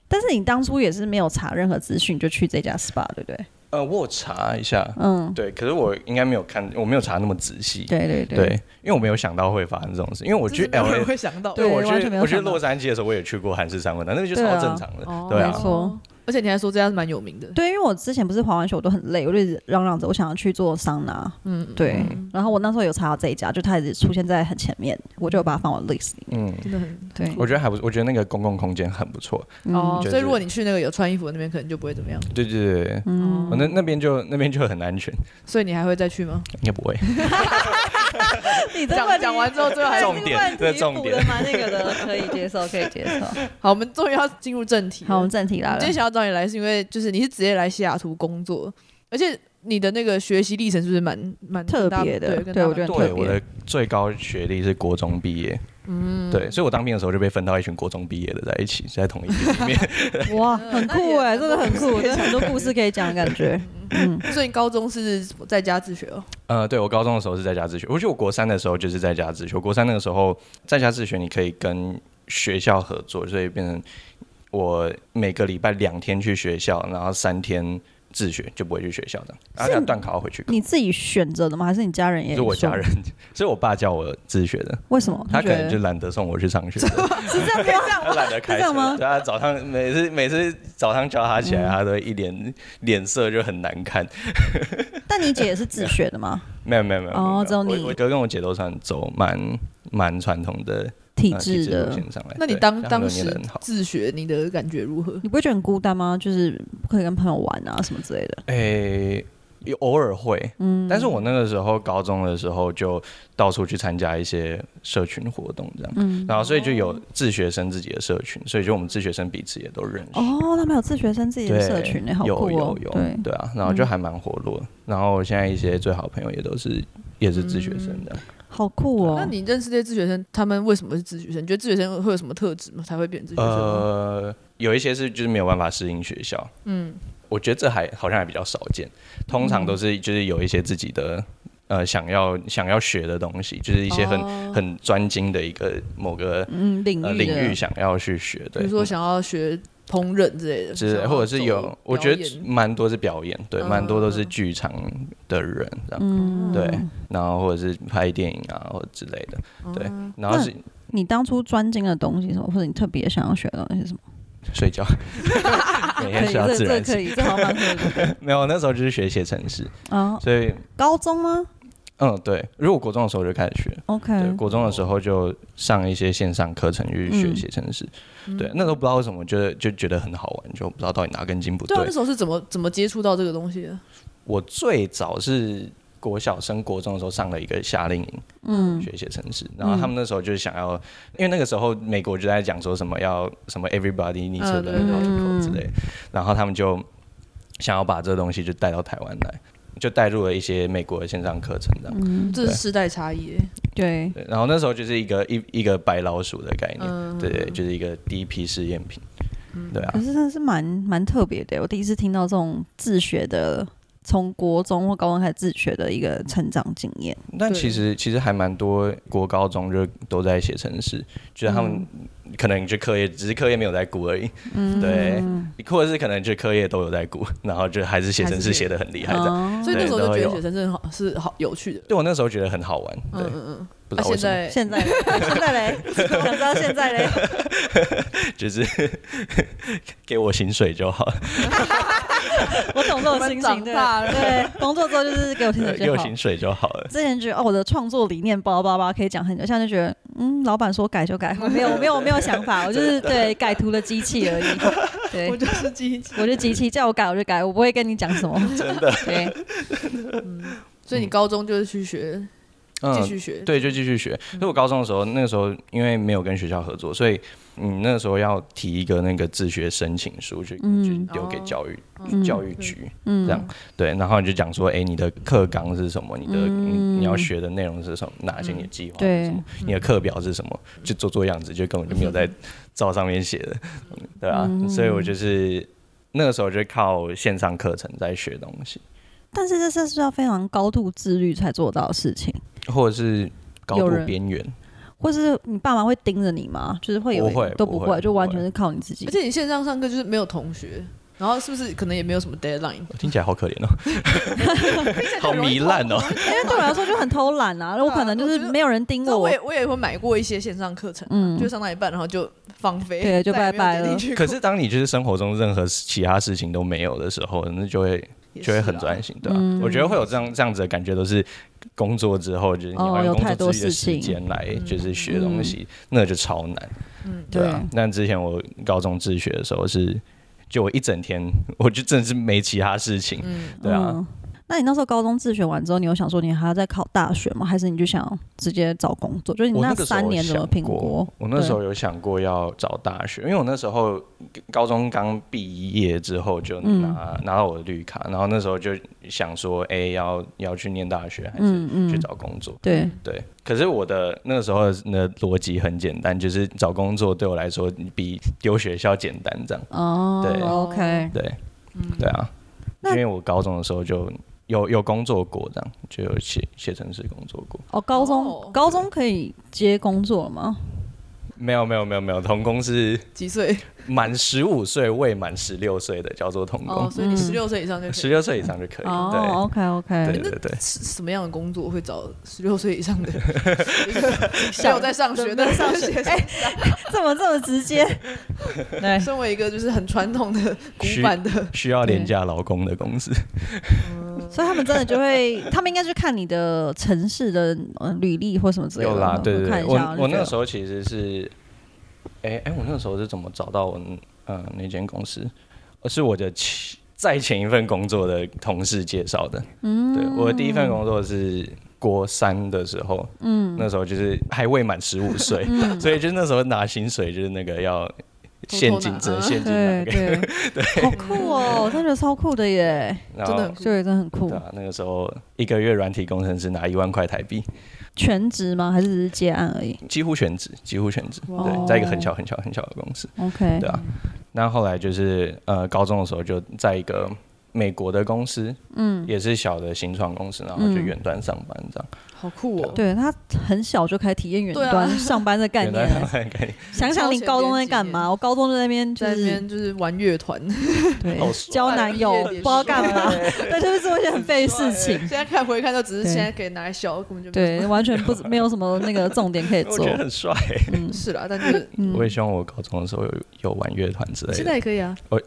Speaker 1: 但是你当初也是没有查任何资讯就去这家 SPA，对不对？
Speaker 2: 呃，我有查一下，
Speaker 1: 嗯，
Speaker 2: 对，可是我应该没有看，我没有查那么仔细。
Speaker 1: 对对
Speaker 2: 对，因为我没有想到会发生这种事，因为我去
Speaker 3: 这是没有
Speaker 2: L
Speaker 3: 人
Speaker 2: A，
Speaker 3: 会想到，
Speaker 1: 对
Speaker 2: 我
Speaker 1: 完
Speaker 2: 去
Speaker 1: 全没有
Speaker 2: 我去
Speaker 1: 想到
Speaker 2: 洛杉矶的时候，我也去过韩式三温暖，那个就
Speaker 1: 对
Speaker 2: 超
Speaker 1: 啊
Speaker 2: 正常的，
Speaker 3: 哦
Speaker 2: 对啊
Speaker 1: 没错，
Speaker 3: 而且你还说这家是蛮有名的，
Speaker 1: 对，因为我之前不是滑完雪我都很累，我就一直嚷嚷着我想要去做桑拿，
Speaker 3: 嗯，
Speaker 1: 对。
Speaker 3: 嗯
Speaker 1: 然后我那时候有查到这一家，就它一直出现在很前面，我就把它放我 list 里。
Speaker 2: 嗯，
Speaker 3: 真的很
Speaker 1: 对，嗯
Speaker 2: 我觉得还不错，我觉得那个公共空间很不错，
Speaker 3: 哦，
Speaker 2: 就是
Speaker 3: 所以如果你去那个有穿衣服的那边，可能就不会怎么样，
Speaker 2: 对对对对，
Speaker 1: 嗯
Speaker 2: 哦那那边就那边就很安全，
Speaker 3: 所以你还会再去吗？
Speaker 2: 应该不会。
Speaker 1: 你
Speaker 3: 这问题讲完之后最后还
Speaker 2: 重点这是重点
Speaker 1: 蛮那个的， 可以接受，可以接受。
Speaker 3: 好，我们终于要进入正题了。
Speaker 1: 好，我们正题来
Speaker 3: 我
Speaker 1: 了
Speaker 3: 今。天想要找你来，是因为就是你是直接来西雅图工作，而且你的那个学习历程是不是蛮蛮
Speaker 1: 特别的
Speaker 3: 大对，跟
Speaker 1: 对
Speaker 3: 大
Speaker 1: 我觉得很
Speaker 2: 对，
Speaker 1: 特别
Speaker 2: 我的最高学历是国中毕业，嗯，对，所以我当兵的时候就被分到一群国中毕业的在一起，在同一间里 面。
Speaker 1: 哇，很酷哎，真的很酷，真的很多故事可以讲，感 觉。嗯，
Speaker 3: 所以你高中是在家自学哦，
Speaker 2: 呃，对我高中的时候是在家自学，我记得我国三的时候就是在家自学。我国三那个时候在家自学，你可以跟学校合作，所以变成我每个礼拜两天去学校，然后三天自学，就不会去学校的，然后
Speaker 1: 是
Speaker 2: 要断考回去考。
Speaker 1: 你自己选择的吗？还是你家人也？
Speaker 2: 是我家人。，是我爸叫我自学的，
Speaker 1: 为什么？
Speaker 2: 他可
Speaker 1: 觉
Speaker 2: 能
Speaker 1: 得
Speaker 2: 就懒得送我去 上学，
Speaker 1: 是这样吗？
Speaker 2: 他懒得开
Speaker 1: 是这
Speaker 2: 车
Speaker 1: 样吗。
Speaker 2: 对他早上每次每次早上叫他起来，他都一脸脸色就很难看。
Speaker 1: 但你姐也是自
Speaker 2: 啊
Speaker 1: 学的吗？
Speaker 2: 没有没有没有
Speaker 1: 哦
Speaker 2: 没
Speaker 1: 只有你
Speaker 2: 我我哥跟我姐都算走蛮蛮传统的
Speaker 1: 体
Speaker 2: 呃
Speaker 1: 制
Speaker 2: 路
Speaker 1: 的。
Speaker 2: 线上来。
Speaker 3: 那你
Speaker 2: 对
Speaker 3: 当
Speaker 2: 这样
Speaker 3: 当
Speaker 2: 轮也
Speaker 3: 时
Speaker 2: 很好，
Speaker 3: 自学，你的感觉如何？
Speaker 1: 你不会觉得很孤单吗？就是不可以跟朋友玩啊什么之类的。
Speaker 2: 诶、有偶尔会，嗯，但是我那个时候高中的时候就到处去参加一些社群活动，这样，
Speaker 1: 嗯，
Speaker 2: 然后所以就有自学生自己的社群，所以就我们自学生彼此也都认识。
Speaker 1: 哦，他们有自学生自己的
Speaker 2: 对，
Speaker 1: 社群，哎，好
Speaker 2: 有
Speaker 1: 酷哦
Speaker 2: 有。有，
Speaker 1: 对，
Speaker 2: 对啊，然后
Speaker 3: 嗯
Speaker 2: 就还蛮活络。然后我现在一些最好的朋友也都是也是自学生
Speaker 3: 嗯
Speaker 2: 这样。
Speaker 1: 好酷哦。
Speaker 3: 那你认识这些自学生，他们为什么是自学生？你觉得自学生会有什么特质吗？才会变自学生吗？
Speaker 2: 呃，有一些是就是没有办法适应学校，
Speaker 3: 嗯，
Speaker 2: 我觉得这还好像还比较少见，通常都是就是有一些自己的呃想要想要学的东西，就是一些很、
Speaker 3: 哦
Speaker 2: 很专精的一个某个
Speaker 1: 嗯，领
Speaker 2: 呃
Speaker 1: 域
Speaker 2: 领域
Speaker 1: 的
Speaker 2: 想要去学，
Speaker 3: 比
Speaker 2: 对，
Speaker 3: 如说想要学烹饪之类的，
Speaker 2: 之
Speaker 3: 想
Speaker 2: 类，
Speaker 3: 要
Speaker 2: 或者是
Speaker 3: 走
Speaker 2: 有，我觉
Speaker 3: 表
Speaker 2: 得
Speaker 3: 演
Speaker 2: 蛮多是表演，对，
Speaker 3: 嗯
Speaker 2: 蛮多都是剧场的人这样，
Speaker 1: 嗯，
Speaker 2: 对，然后或者是拍电影啊或者之类的，
Speaker 3: 哦
Speaker 2: 对，然后是
Speaker 1: 你当初专精的东西是什么，或者你特别想要学的东西是什么？
Speaker 2: 睡觉，
Speaker 1: 可以，这这
Speaker 2: 每天睡到啊自然
Speaker 1: 可
Speaker 2: 醒，
Speaker 1: 以，这好像蛮可以的。
Speaker 2: 没有，那时候就是学写程式，
Speaker 1: 啊，
Speaker 2: 所以
Speaker 1: 高中吗
Speaker 2: 嗯，对，如果国中的时候就开始学，对，
Speaker 1: ？OK，
Speaker 2: 国中的时候就上一些线上课程去学写程式，
Speaker 1: 嗯
Speaker 2: 对，那时候不知道为什么，就就觉得很好玩，就不知道到底哪根筋不
Speaker 3: 对
Speaker 2: 对。
Speaker 3: 啊，那时候是怎么怎么接触到这个东西的？
Speaker 2: 我最早是国小升国中的时候上了一个夏令营，
Speaker 1: 嗯
Speaker 2: 学写程式，然后他们那时候就是想要，
Speaker 3: 嗯
Speaker 2: 因为那个时候美国就在讲说什么要什么 everybody needs to
Speaker 3: 嗯对
Speaker 2: learn how to
Speaker 1: 嗯
Speaker 2: code 之类，然后他们就想要把这个东西就带到台湾来，就带入了一些美国的线上课程这样。
Speaker 1: 嗯，
Speaker 3: 这是世代差异欸耶，
Speaker 1: 对，
Speaker 2: 对，然后那时候就是一个一一个白老鼠的概念，
Speaker 3: 嗯
Speaker 2: 对对，就是一个第一批试验品，对啊
Speaker 1: 可，是真的是蛮蛮特别的，我第一次听到这种自学的，从国中或高中开始自学的一个成长经验。
Speaker 2: 但其实其实还蛮多国高中就都在写程式，就是他们可能就课业只是课业没有在顾而已，
Speaker 1: 嗯，
Speaker 2: 对，或者是可能就课业都有在顾，然后就还是写程式写的很厉害这样。
Speaker 1: 哦
Speaker 3: 所以那时候就觉
Speaker 2: 对
Speaker 3: 得
Speaker 2: 都有
Speaker 3: 写生是好是好有趣的。
Speaker 2: 对我那时候觉得很好玩，对，
Speaker 3: 嗯嗯嗯。
Speaker 2: 不知
Speaker 3: 那
Speaker 1: 啊
Speaker 2: 道为
Speaker 3: 现
Speaker 2: 什么，
Speaker 3: 在
Speaker 1: 现在现在嘞，想知道现在嘞，
Speaker 2: 就是 给我薪水就好，
Speaker 1: 我懂这种心
Speaker 3: 我
Speaker 1: 情，
Speaker 3: 们长
Speaker 1: 对
Speaker 3: 大了
Speaker 1: 对，工作之后就是给我薪水
Speaker 2: 给
Speaker 1: 就好。
Speaker 2: 我薪水就好了。
Speaker 1: 之前觉得哦，我的创作理念叭叭叭可以讲很久，现在就觉得嗯，老板说改就改，我没 有我没有我没有想法，我就是 对改图的机器而已。对
Speaker 3: 我，就是 机器。
Speaker 1: 我就机器，叫我改我就改，我不会跟你讲什么。真的，对，
Speaker 3: 所以你高中就是去学，继续学，
Speaker 2: 嗯对，就继续学。
Speaker 1: 嗯
Speaker 2: 所以我高中的时候，那个时候因为没有跟学校合作，所以你那个时候要提一个那个自学申请书去，去
Speaker 1: 嗯
Speaker 2: 丢给教育、
Speaker 1: 嗯
Speaker 2: 教育局，
Speaker 1: 嗯，
Speaker 2: 这样对。然后你就讲说，哎、你的课纲是什么？你的、你你要学的内容是什么？哪些你的计划是
Speaker 1: 嗯对
Speaker 2: 什么？你的课表是什么？就做做样子，就根本就没有 在照上面写的，嗯对啊。所以我就是那个时候就靠线上课程在学东西，
Speaker 1: 但是这是要非常高度自律才做到的事情，
Speaker 2: 或者是高
Speaker 1: 有
Speaker 2: 度
Speaker 1: 人
Speaker 2: 边缘。
Speaker 1: 或是你爸妈会盯着你吗？就是会有
Speaker 2: 不会
Speaker 1: 都不
Speaker 2: 不会
Speaker 1: 会，就完
Speaker 2: 不会
Speaker 1: 全是靠你自己
Speaker 3: 而。且你线上上课就是没有同学，然后是不是可能也没有什么 deadline？
Speaker 2: 听起来好可怜 哦，好糜烂哦。
Speaker 1: 因为对我来说就很偷懒 啊，我可能就是没有人盯
Speaker 3: 那
Speaker 1: 着
Speaker 3: 我
Speaker 1: 我
Speaker 3: 也，我也会买过一些线上课程，
Speaker 1: 嗯
Speaker 3: 就上到一半然后就放飞，
Speaker 1: 对就
Speaker 3: 再也没有
Speaker 1: 拜拜
Speaker 3: 点进
Speaker 1: 了
Speaker 3: 去过
Speaker 2: 可是当你就是生活中任何其他事情都没有的时候，那就会
Speaker 3: 也
Speaker 2: 就会很
Speaker 3: 是啊
Speaker 2: 专心，对吧、
Speaker 1: 嗯
Speaker 2: 我觉得会有这样这样子的感觉，都是工作之后，就是你
Speaker 1: 哦
Speaker 2: 要
Speaker 1: 有
Speaker 2: 用
Speaker 1: 太
Speaker 2: 工
Speaker 1: 多
Speaker 2: 作之余的
Speaker 1: 事情嗯
Speaker 2: 时间来就是学东西，那就超难，
Speaker 3: 嗯
Speaker 2: 对啊。但之前我高中自学的时候是，就我一整天，我就真的是没其他事情，
Speaker 3: 嗯，
Speaker 2: 对啊。
Speaker 1: 嗯那你那时候高中自学完之后，你有想说你还要再考大学吗？还是你就想直接找工作？就是你
Speaker 2: 我那个时候
Speaker 1: 三年怎么
Speaker 2: 想
Speaker 1: 评
Speaker 2: 过
Speaker 1: 估？
Speaker 2: 我那时候有想过要找大学，因为我那时候高中刚毕业之后就拿、
Speaker 1: 嗯
Speaker 2: 拿到我的绿卡，然后那时候就想说，哎、要要去念大学还是
Speaker 1: 嗯嗯
Speaker 2: 去找工作？
Speaker 1: 对，
Speaker 2: 对，可是我的那个时候的逻辑很简单，就是找工作对我来说比丢学校简单，这样
Speaker 1: 哦
Speaker 2: 对
Speaker 1: ，OK，
Speaker 2: 对，对啊，
Speaker 1: 那
Speaker 2: 因为我高中的时候就。有有工作过，这样就有写写程式工作过。
Speaker 1: 哦，高
Speaker 3: 哦
Speaker 1: 中高中可以接工作了吗？
Speaker 2: 没有没有没有没有，童工是
Speaker 3: 几岁？
Speaker 2: 满十五岁未满十六岁的叫做童
Speaker 3: 哦，
Speaker 2: 工，
Speaker 3: 所以你十六岁以上就可
Speaker 2: 嗯十
Speaker 3: 以。
Speaker 2: 六岁以上就可以。
Speaker 1: 哦，OK
Speaker 2: 对
Speaker 1: OK，
Speaker 2: 对对对，
Speaker 3: 是什么样的工作会找十六岁以上的？就是没有在上学，但是上学。 哎，
Speaker 1: 怎么这么直 接？对，
Speaker 3: 身为一个就是很传统的古
Speaker 2: 需
Speaker 3: 板的，
Speaker 2: 需要廉价劳工的公司。
Speaker 1: 所以他们真的就 会，他们应该去看你的城市的呃履历或什么之类的
Speaker 2: 有
Speaker 1: 吧。
Speaker 2: 啦，对对
Speaker 1: 看
Speaker 2: 对，
Speaker 1: 一
Speaker 2: 我
Speaker 1: 下哦
Speaker 2: 我那个时
Speaker 1: 候
Speaker 2: 候其实是，哎、哎、我那个时候是怎么找到我呃那间公司？呃是我的前在前一份工作的同事介绍的。嗯，对，我的第一份工作是。国三的时候，嗯，那时候就是还未满十五岁， 所以就那时候拿薪水就是那个要
Speaker 3: 偷
Speaker 2: 现
Speaker 3: 拿
Speaker 2: 金，只能
Speaker 3: 嗯
Speaker 2: 现金
Speaker 1: 对
Speaker 2: 拿给，
Speaker 1: 对 好酷哦，我真的觉得超酷的耶，
Speaker 2: 然
Speaker 3: 真的
Speaker 2: 后
Speaker 3: 很
Speaker 1: 这个真的很酷
Speaker 2: 对。啊，那个时候一个月软体工程师拿一万块台币，
Speaker 1: 全职吗？还是只是接案而已
Speaker 2: 几乎全职，几乎全职。
Speaker 3: 哇
Speaker 2: 对，在一个很小很小很小的公司。
Speaker 1: ？OK，
Speaker 2: 对啊，那后来就是呃，高中的时候就在一个美国的公司，嗯，也是小的新创公司，然后就
Speaker 1: 嗯
Speaker 2: 远端上班这样。
Speaker 3: 好酷哦！
Speaker 1: 对他很小就开始体验远端
Speaker 3: 对啊
Speaker 1: 上班的概
Speaker 2: 远
Speaker 1: 念
Speaker 2: 端上
Speaker 1: 了。
Speaker 2: 班可以，
Speaker 1: 想想你高中在干嘛？我高中就在那边就
Speaker 3: 在那
Speaker 1: 是
Speaker 3: 边就是玩乐团，
Speaker 1: 对
Speaker 2: 好爽
Speaker 1: 交男 友，不知道干嘛， 对，就是做一些很废的事情
Speaker 3: 现。在看回看都只是
Speaker 1: 对
Speaker 3: 现在可以拿来笑，根本就没有
Speaker 1: 对，完全 不没有什么那个重点可以
Speaker 2: 我
Speaker 1: 做
Speaker 2: 觉。得很帅。
Speaker 1: 嗯
Speaker 3: 是啦，但就是
Speaker 1: 嗯
Speaker 2: 我，也希望我高中的时候有有玩乐团之类
Speaker 3: 现
Speaker 2: 的。
Speaker 3: 在也可以啊。
Speaker 2: 我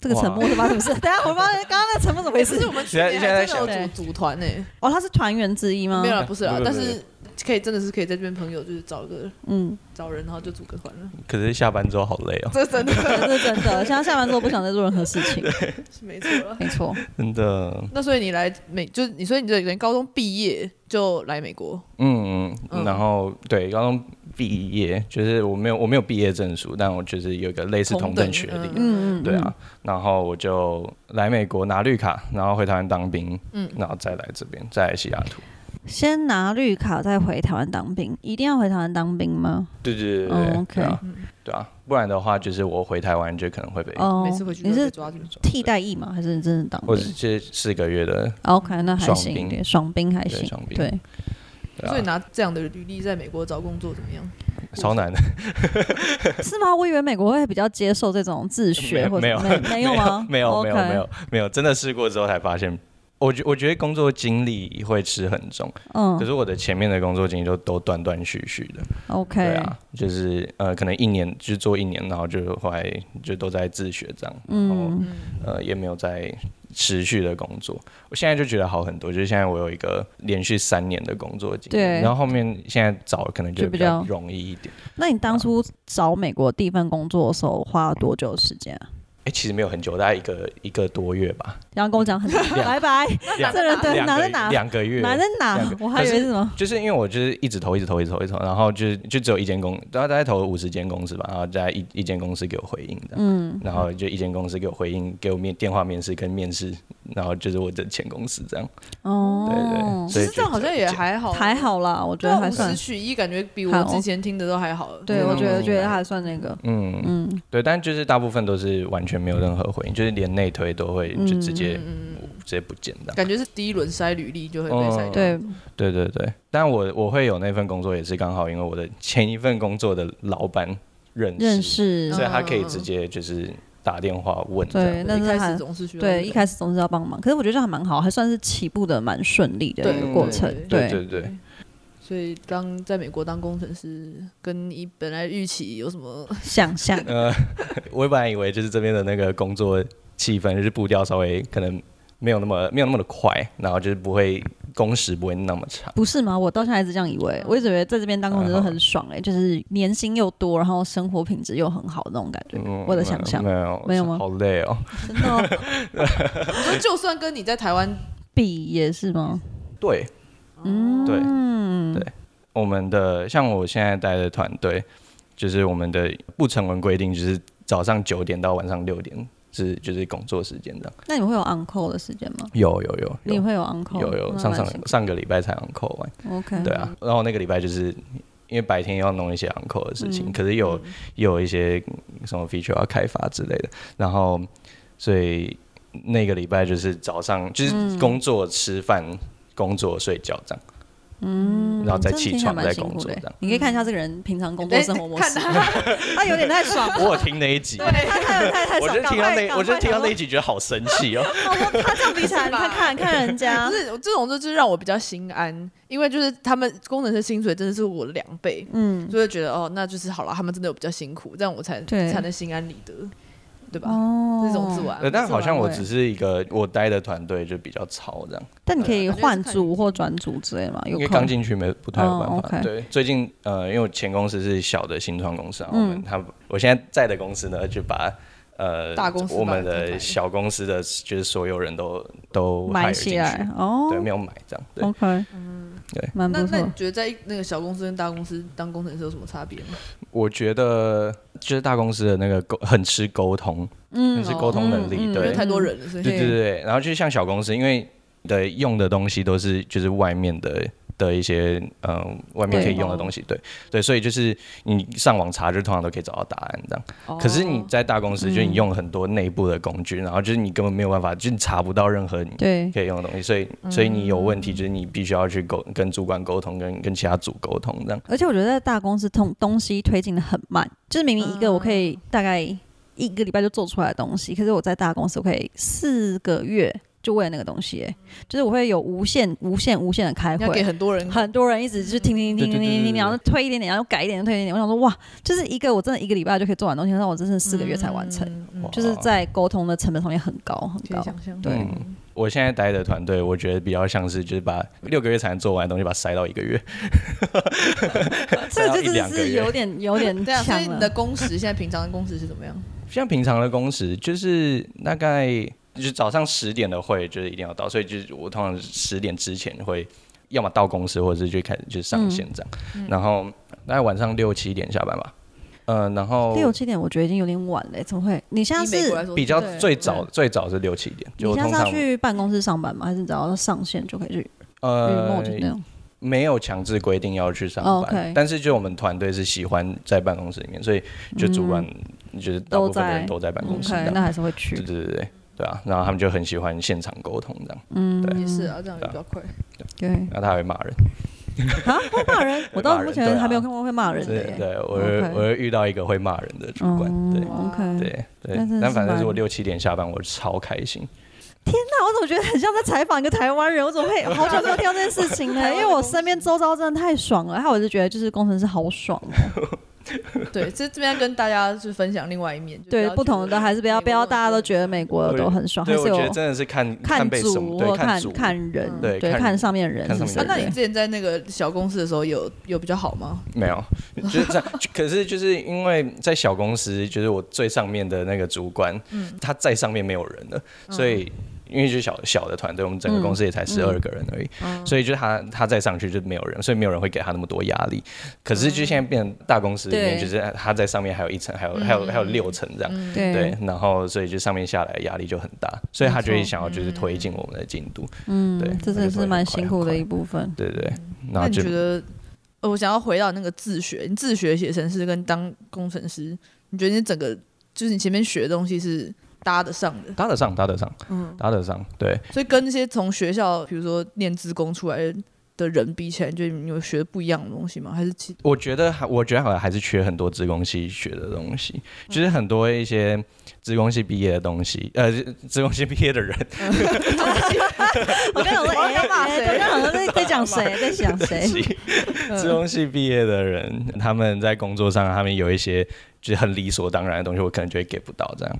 Speaker 1: 这个沉默是 发生什么事？等一下，我发现刚刚那个沉默怎么回
Speaker 3: 每
Speaker 1: 事
Speaker 3: 次？我们去
Speaker 2: 现在
Speaker 3: 年
Speaker 2: 现在
Speaker 3: 还真的有
Speaker 1: 想
Speaker 3: 组组团呢，欸
Speaker 1: 哦，他是团员之一吗
Speaker 3: 没？有啦，不是啦
Speaker 2: 不，是
Speaker 3: 但
Speaker 2: 不是
Speaker 3: 是可以真的是可以在这边朋友就是找个
Speaker 1: 嗯，
Speaker 3: 找人，然后就组个团了，
Speaker 2: 可是下班之后好累哦，
Speaker 3: 这真的
Speaker 1: 这是真的。现在下班之后不想再做任何事情，
Speaker 3: 是没错了。
Speaker 1: 没 错。
Speaker 2: 真的。
Speaker 3: 那所以你来美，就是你所以你这人高中毕业就来美国，
Speaker 2: 嗯，
Speaker 3: 嗯
Speaker 2: 然后对高中毕业，就是我没有我没有毕业证书，但我就是有一个类似同等学历，
Speaker 1: 嗯嗯，
Speaker 2: 对啊，然后我就来美国拿绿卡，然后回台湾当兵，
Speaker 3: 嗯
Speaker 2: 然后再来这边，再来西雅图。
Speaker 1: 先拿绿卡再回台湾当兵，一定要回台湾当兵吗？
Speaker 2: 对对对对
Speaker 1: 哦
Speaker 2: 对
Speaker 1: ，OK
Speaker 2: 对啊，对啊，不然的话就是我回台湾就可能会被，
Speaker 1: 哦，
Speaker 3: 每次回去都
Speaker 1: 你
Speaker 3: 会被
Speaker 1: 是
Speaker 3: 抓住。
Speaker 1: 替代役吗？还是你真的当
Speaker 2: 或
Speaker 1: 兵
Speaker 2: 者是四个月的，
Speaker 1: ？OK，那还
Speaker 2: 爽
Speaker 1: 行
Speaker 2: 兵
Speaker 1: 对，爽兵还
Speaker 2: 对
Speaker 1: 行
Speaker 2: 爽，兵
Speaker 1: 对，
Speaker 2: 对
Speaker 3: 所以
Speaker 2: 啊，
Speaker 3: 拿这样的履历在美国找工作怎么样？
Speaker 2: 超难的，
Speaker 1: 是吗？我以为美国会比较接受这种自学，或者
Speaker 2: 没有
Speaker 1: 没没有吗？
Speaker 2: 没有没
Speaker 1: OK
Speaker 2: 有没，有没有，真的试过之后才发现，我觉我觉得工作经历会吃很重，可
Speaker 1: 嗯
Speaker 2: 是我的前面的工作经历都都断断续续的。对
Speaker 1: ，OK，
Speaker 2: 啊，就是呃，可能一年就做一年，然后就后来就都在自学这样，然后、
Speaker 1: 嗯
Speaker 2: 呃也没有在持续的工作。我现在就觉得好很多，就是现在我有一个连续三年的工作经验，
Speaker 1: 对
Speaker 2: 然后后面现在找可能就
Speaker 1: 就比
Speaker 2: 比较
Speaker 1: 较
Speaker 2: 容易一点。
Speaker 1: 那你当初找美国第一份工作的时候花了多久的时间啊？
Speaker 2: 哎、其实没有很久，大概一个一个多月吧，
Speaker 1: 然后跟我讲很 拜拜，
Speaker 2: 两
Speaker 1: 这人对
Speaker 2: 两
Speaker 1: 哪
Speaker 2: 个
Speaker 1: 在哪，
Speaker 2: 两个月，
Speaker 1: 哪在哪
Speaker 2: 两，个
Speaker 1: 我还以为是什么
Speaker 2: 就是因为我就是一直投，一直投，一直投，一直投，然后就就只有一间公，大概大概投了五十间公司吧，然后大概一一间公司给我回应的，嗯，然后就一间公司给我回应，给我面电话面试跟面试，然后就是我的前公司这样，对对
Speaker 1: 哦，
Speaker 2: 所
Speaker 3: 其
Speaker 2: 以
Speaker 3: 实这样好像也还好，
Speaker 1: 还好啦，我觉
Speaker 3: 对
Speaker 1: 得
Speaker 3: 啊，
Speaker 1: 还
Speaker 3: 五
Speaker 1: 算
Speaker 3: 十，取一，感觉比
Speaker 1: 还
Speaker 3: 我
Speaker 1: 好
Speaker 3: 之前听的都还好。
Speaker 1: 对
Speaker 2: 嗯
Speaker 1: 我觉得觉得还算那个，
Speaker 2: 嗯
Speaker 1: 嗯，
Speaker 2: 对，但就是大部分都是完全没有任何回应，就是连内推都
Speaker 1: 嗯
Speaker 2: 会就直接、直接不见的，
Speaker 3: 嗯感觉是第一轮筛履历就会被
Speaker 2: 嗯
Speaker 3: 筛掉。
Speaker 1: 哦对，
Speaker 2: 对对对。但我我会有那份工作，也是刚好因为我的前一份工作的老板认识，
Speaker 1: 认识嗯
Speaker 2: 所，以他可以直接就是打电话问这样，
Speaker 1: 对，但
Speaker 3: 一
Speaker 1: 是
Speaker 3: 开始
Speaker 1: 还
Speaker 3: 总是需要
Speaker 1: 对一开始总是要帮忙，可是我觉得这还蛮好，还算是起步的蛮顺利的一个
Speaker 3: 对
Speaker 1: 过
Speaker 3: 对
Speaker 1: 程，
Speaker 2: 对对对。
Speaker 3: 所以当在美国当工程师，跟你本来预期有什么？
Speaker 1: 想象
Speaker 2: 呃，我本来以为就是这边的那个工作气氛，就是步调稍微可能没有那么没有那么的快，然后就是不会工时不会那么长。
Speaker 1: 不是吗？我到现在一直这样以
Speaker 3: 嗯
Speaker 1: 为，我一直以为在这边当工程师
Speaker 2: 嗯
Speaker 1: 很爽哎、就是年薪又多，然后生活品质又很好那种感觉。
Speaker 2: 嗯
Speaker 1: 我的想象
Speaker 2: 没有
Speaker 1: 没有吗
Speaker 2: 好累哦。
Speaker 1: 真的哦、
Speaker 3: 你说就算跟你在台湾，
Speaker 1: 比也是吗？
Speaker 2: 对，
Speaker 1: 嗯，
Speaker 2: 对
Speaker 1: 嗯
Speaker 2: 对我们的像我现在带的团队，就是我们的不成文规定就是早上九点到晚上六点是就是工作时间这样。
Speaker 1: 那你们会有 on call 的时间吗？
Speaker 2: 有有有
Speaker 1: 你
Speaker 2: 有
Speaker 1: 会有 on call？
Speaker 2: 有有
Speaker 1: 那
Speaker 2: 上
Speaker 1: 蛮
Speaker 2: 上
Speaker 1: 辛苦嗯
Speaker 2: 上个礼拜才 on call 完，
Speaker 1: OK，
Speaker 2: 对啊，然后那个礼拜就是。因为白天要弄一些 on call 的事情，
Speaker 1: 嗯
Speaker 2: 可是有也有一些嗯什么 feature 要开发之类的。然后，所以那个礼拜就是早上就是工作、吃饭、工作、睡觉这样，
Speaker 1: 嗯，
Speaker 2: 然后再
Speaker 1: 真的
Speaker 2: 起
Speaker 1: 听起来
Speaker 2: 床
Speaker 1: 蛮
Speaker 2: 再
Speaker 1: 辛
Speaker 2: 工
Speaker 1: 苦
Speaker 2: 作
Speaker 1: 的欸
Speaker 2: 这样
Speaker 1: 你可以看一下这个人平常工作生活模式，
Speaker 3: 哎看他
Speaker 1: 他有点太爽了。
Speaker 2: 我有听那一集，
Speaker 1: 他太太 太
Speaker 2: 我
Speaker 1: 爽
Speaker 2: 就
Speaker 1: 了，
Speaker 2: 听到那，我就听到那一
Speaker 1: 句，
Speaker 2: 集觉得好生气 哦。
Speaker 1: 我 说他这样比起来，你看看看人家
Speaker 3: 不，是这种，就就让我比较心安，因为就是他们工程师薪水真的是我的两倍，
Speaker 1: 嗯，
Speaker 3: 就会觉得哦，那就是好了，他们真的有比较辛苦，这样我才
Speaker 1: 对
Speaker 3: 才能心安理得，对吧？
Speaker 1: 哦
Speaker 3: 这种自我安慰
Speaker 2: 呃，但好像我
Speaker 1: 是吧
Speaker 2: 只是一个我待的团队就比较吵这样，
Speaker 1: 但你可以
Speaker 3: 感觉是
Speaker 1: 换
Speaker 3: 看
Speaker 1: 组或转组之类嘛？有
Speaker 2: 因为
Speaker 1: 空
Speaker 2: 刚进去没不太有办
Speaker 1: 哦
Speaker 2: 法。
Speaker 1: ，OK
Speaker 2: 对，最近呃，因为我前公司是小的新创公司，然啊后我
Speaker 1: 嗯
Speaker 2: 们他我现在在的公司呢，就把。呃，
Speaker 3: 大公司
Speaker 2: 我们
Speaker 3: 把它分开
Speaker 2: 的小公司的，就是所有人都都
Speaker 1: 买
Speaker 2: hire 进
Speaker 1: 起
Speaker 2: 去
Speaker 1: 来哦
Speaker 2: 对，没有买这样，对，
Speaker 1: ，OK，
Speaker 2: 对
Speaker 1: 蛮
Speaker 3: 那
Speaker 1: 不
Speaker 3: 那你
Speaker 1: 错。
Speaker 3: 觉得在那个小公司跟大公司当工程师有什么差别吗？
Speaker 2: 我觉得就是大公司的那个沟很吃沟通，
Speaker 1: 嗯
Speaker 2: 很吃沟通能力，
Speaker 1: 嗯嗯
Speaker 3: 因为
Speaker 2: 对，
Speaker 3: 太多人了，所以
Speaker 2: 对对对对。然后就像小公司，因为你的用的东西都是就是外面的的一些嗯、外面可以用的东西，对对，所以就是你上网查就通常都可以找到答案这样。
Speaker 3: 哦
Speaker 2: 可是
Speaker 1: 哦
Speaker 2: 你在大公司，就你用了很多内部的工具，然后就是你根本没有办法，就是你查不到任何你
Speaker 1: 对，
Speaker 2: 可以用的东西，所以所以你有问题，就是你必须要去沟跟主管沟通，跟跟其他组沟通这样。
Speaker 1: 而且我觉得在大公司通东西推进的很慢，就是明明一个我可以大概一个礼拜就做出来的东西，可是我在大公司我可以四个月就为了那个东西欸，就是我会有无限无限无限的开
Speaker 3: 你要给
Speaker 1: 会。
Speaker 3: 很多人
Speaker 1: 很多人一直就听听听听听听，然后推一点点，然后改一点，推一点点。我想说，哇，就是一个我真的一个礼拜就可以做完的东西，但我真的四个月才完成，，
Speaker 3: 嗯
Speaker 2: 哇
Speaker 1: 就是在沟通的成本上面很高很
Speaker 3: 可以
Speaker 1: 高。
Speaker 3: 想象。
Speaker 1: 对
Speaker 2: 嗯我现在待的团队，我觉得比较像是就是把六个月才能做完的东西，把它塞到一个月，塞
Speaker 1: 这
Speaker 2: 到
Speaker 1: 个
Speaker 2: 一
Speaker 1: 就
Speaker 2: 两
Speaker 1: 真的
Speaker 2: 个
Speaker 1: 是
Speaker 2: 月
Speaker 1: 有。点有 点
Speaker 3: 对啊，所
Speaker 1: 强
Speaker 3: 以你的
Speaker 1: 了。
Speaker 3: 工时现在平常的工时是怎么样？
Speaker 2: 像平常的工时，就是大概就是早上十点的会，就是一定要到，所以就是我通常十点之前会，要么到公司，或者是就开始就上线这样。
Speaker 1: 嗯
Speaker 2: 然后大概晚上六七点下班吧。嗯、然后
Speaker 1: 六七点我觉得已经有点晚了，怎么会？你现在
Speaker 3: 以美
Speaker 1: 是
Speaker 3: 国来说，
Speaker 2: 比较
Speaker 3: 对
Speaker 2: 最早最早是六七点，
Speaker 1: 你
Speaker 2: 就我
Speaker 1: 现在
Speaker 2: 通
Speaker 1: 是要
Speaker 2: 常
Speaker 1: 去办公室上班吗？还是只要上线就可以去 remote
Speaker 2: 呃
Speaker 1: 那种？
Speaker 2: 没有强制规定要去上班，
Speaker 1: 哦，OK
Speaker 2: 但是就我们团队是喜欢在办公室里面，所以就主管就是大部分的人
Speaker 1: 嗯都
Speaker 2: 都在办公室
Speaker 1: 嗯
Speaker 2: 这
Speaker 1: OK，
Speaker 2: 样，
Speaker 1: 那还是会去
Speaker 2: 对。对对对对啊，然后他们就很喜欢现场沟通这样，
Speaker 1: 嗯，
Speaker 2: 对
Speaker 3: 也是啊，这样也比较快。
Speaker 1: 对。
Speaker 2: 然后他还会骂人，
Speaker 1: 啊，会骂 人！我到目
Speaker 2: 会骂
Speaker 1: 前
Speaker 2: 人啊
Speaker 1: 还没有看过会骂人的
Speaker 2: 对
Speaker 1: 耶。
Speaker 2: 对，我
Speaker 1: OK
Speaker 2: 我会遇到一个会骂人的主管，对
Speaker 1: 嗯，OK。
Speaker 2: 对
Speaker 1: 那
Speaker 2: 对
Speaker 1: 真的是，
Speaker 2: 但反正
Speaker 1: 蛮
Speaker 2: 是我六七点下班，我超开心，
Speaker 1: 那我怎么觉得很像在采访一个台湾人？我怎 么会好久没有听到这件事情呢？因为我身边周遭真的太爽了，还有我就觉得就是工程师好爽哦。
Speaker 3: 对，这这边要跟大家就是分享另外一面，就
Speaker 1: 对
Speaker 3: 要
Speaker 1: 不同
Speaker 3: 觉
Speaker 1: 的
Speaker 3: 得
Speaker 1: 还是不要
Speaker 3: 美
Speaker 1: 不
Speaker 3: 国
Speaker 1: 要
Speaker 3: 那种
Speaker 1: 大家都
Speaker 3: 是
Speaker 1: 觉得美国的
Speaker 2: 对
Speaker 1: 都很哦爽，还
Speaker 2: 对，我
Speaker 1: 是
Speaker 2: 觉得
Speaker 1: 有
Speaker 2: 真的是看
Speaker 1: 看
Speaker 2: 被什
Speaker 1: 组
Speaker 2: 么，对，
Speaker 1: 或
Speaker 2: 看
Speaker 1: 看
Speaker 2: 组，
Speaker 1: 看人
Speaker 3: 嗯，
Speaker 2: 对
Speaker 1: 对，
Speaker 2: 看
Speaker 1: 看上面人
Speaker 2: 看
Speaker 1: 是
Speaker 2: 上
Speaker 1: 不
Speaker 2: 面
Speaker 1: 是
Speaker 3: 啊
Speaker 2: 人？
Speaker 3: 那你之前在那个小公司的时候有有比较好吗？
Speaker 2: 没有，就是这样。就可是就是因为在小公司，就是我最上面的那个主管，
Speaker 1: 嗯
Speaker 2: 他在上面没有人了，
Speaker 3: 嗯
Speaker 2: 所以。因为就是小小的团队，我们
Speaker 1: 嗯
Speaker 2: 整个公司也才十二个人而已，所以就他他再上去就没有人，所以没有人会给他那么多压力。可是就现在变成大公司里
Speaker 1: 嗯
Speaker 2: 面，
Speaker 1: 对
Speaker 2: 就是他在上面还有一层，还有还有还有六层这样，对，然后所以就上面下来压力就很大，所以他就会想要就是推进我们的进度，
Speaker 1: 嗯
Speaker 2: 对，
Speaker 1: 这真的是蛮辛苦的一
Speaker 2: 那
Speaker 1: 部 分。
Speaker 2: 对对对，然
Speaker 3: 那
Speaker 2: 后
Speaker 3: 你
Speaker 2: 就
Speaker 3: 觉得，呃我想要回到那个自学，你自学写程式跟当工程师，你觉得你整个就是你前面学的东西是搭得上的，
Speaker 2: 搭得上，搭得上，搭得上，对，
Speaker 3: 所以跟那些从学校比如说念职工出来的人比起来，你觉得你有学不一样的东西吗？还是其
Speaker 2: 我觉得还，我觉得好像还是缺很多职工系学的东西， 就是很多一些职工系毕业的东西，呃，职工系毕业的人，
Speaker 1: 我刚想说，哎，
Speaker 3: 要骂
Speaker 1: 哎
Speaker 3: 谁啊
Speaker 1: 对刚想说在在讲谁，在 讲谁？
Speaker 2: 职工系毕业的人，他们在工作上，他们有一些就是很理所当然的东西，我可能就会给不到，这样，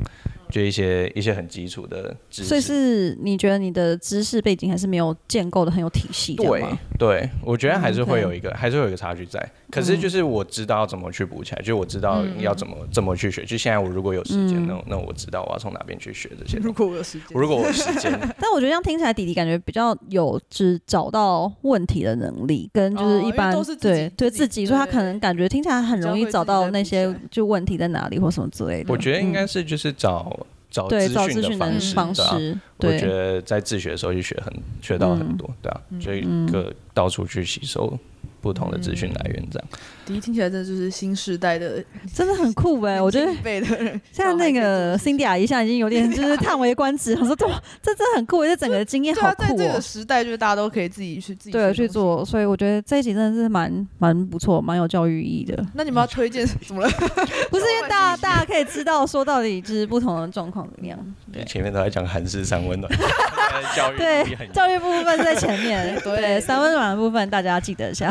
Speaker 2: 就一些一些很基础的知识。
Speaker 1: 所以是你觉得你的知识背景还是没有建构的很有体系，这
Speaker 2: 对
Speaker 1: 样吗？
Speaker 2: 对，我觉得还是
Speaker 1: 嗯，OK
Speaker 2: 会
Speaker 1: 嗯
Speaker 2: 有一个，还是会有一个差距在。可是就是我知道要怎么去补起来，就是我知道要怎么怎么去学。就现在我如果有时间，
Speaker 1: 嗯
Speaker 2: 那那我知道我要从哪边去学这些东西。
Speaker 3: 如果我有时间，
Speaker 2: 如果我有时间，
Speaker 1: 但我觉得这样听起来，弟弟感觉比较有只找到问题的能力，跟就
Speaker 3: 哦
Speaker 1: 是
Speaker 3: 因
Speaker 1: 一
Speaker 3: 为
Speaker 1: 般、
Speaker 3: 都是自己
Speaker 1: 对对
Speaker 3: 自己
Speaker 1: 自己，所以他
Speaker 3: 对
Speaker 1: 可能感觉听起来很容易找到那
Speaker 3: 比较会
Speaker 1: 些
Speaker 3: 自己在
Speaker 1: 就问题在哪里或什么之类的。嗯
Speaker 2: 我觉得应该是就是找、找
Speaker 1: 对
Speaker 2: 资
Speaker 1: 找
Speaker 2: 讯
Speaker 1: 资
Speaker 2: 的
Speaker 1: 讯
Speaker 2: 方
Speaker 1: 的
Speaker 2: 式，
Speaker 1: 方
Speaker 2: 对啊
Speaker 1: 式，
Speaker 2: 我觉
Speaker 1: 对。嗯
Speaker 2: 得在自学的时候就学很学到很多，对啊，所以各到处去吸收不同
Speaker 1: 嗯
Speaker 2: 的资讯来源，这样。
Speaker 3: 第一听起来真的就是新时代的，
Speaker 1: 真的很酷哎、我觉得
Speaker 3: 新一辈的 人，
Speaker 1: 像那个 Cindy 阿姨，现在已经有 点就是叹为观止，我说哇，这真的很酷，这整个经验
Speaker 3: 对
Speaker 1: 好
Speaker 3: 啊，在
Speaker 1: 酷
Speaker 3: 这
Speaker 1: 哦
Speaker 3: 个、时代，就是大家都可以自己去自己学
Speaker 1: 对，
Speaker 3: 东西
Speaker 1: 去。做，所以我觉得这一集真的是蛮蛮不错，蛮有教育意义 的。
Speaker 3: 那你们要推荐 怎么了？，
Speaker 1: 不是因为大家大家可以知道说到底就是不同的状况怎么样，对
Speaker 2: 前面都在讲韩式三 温暖，教育
Speaker 1: 对
Speaker 2: 意义很，
Speaker 1: 教育部分在前面 对三温暖的部分大家记得一下，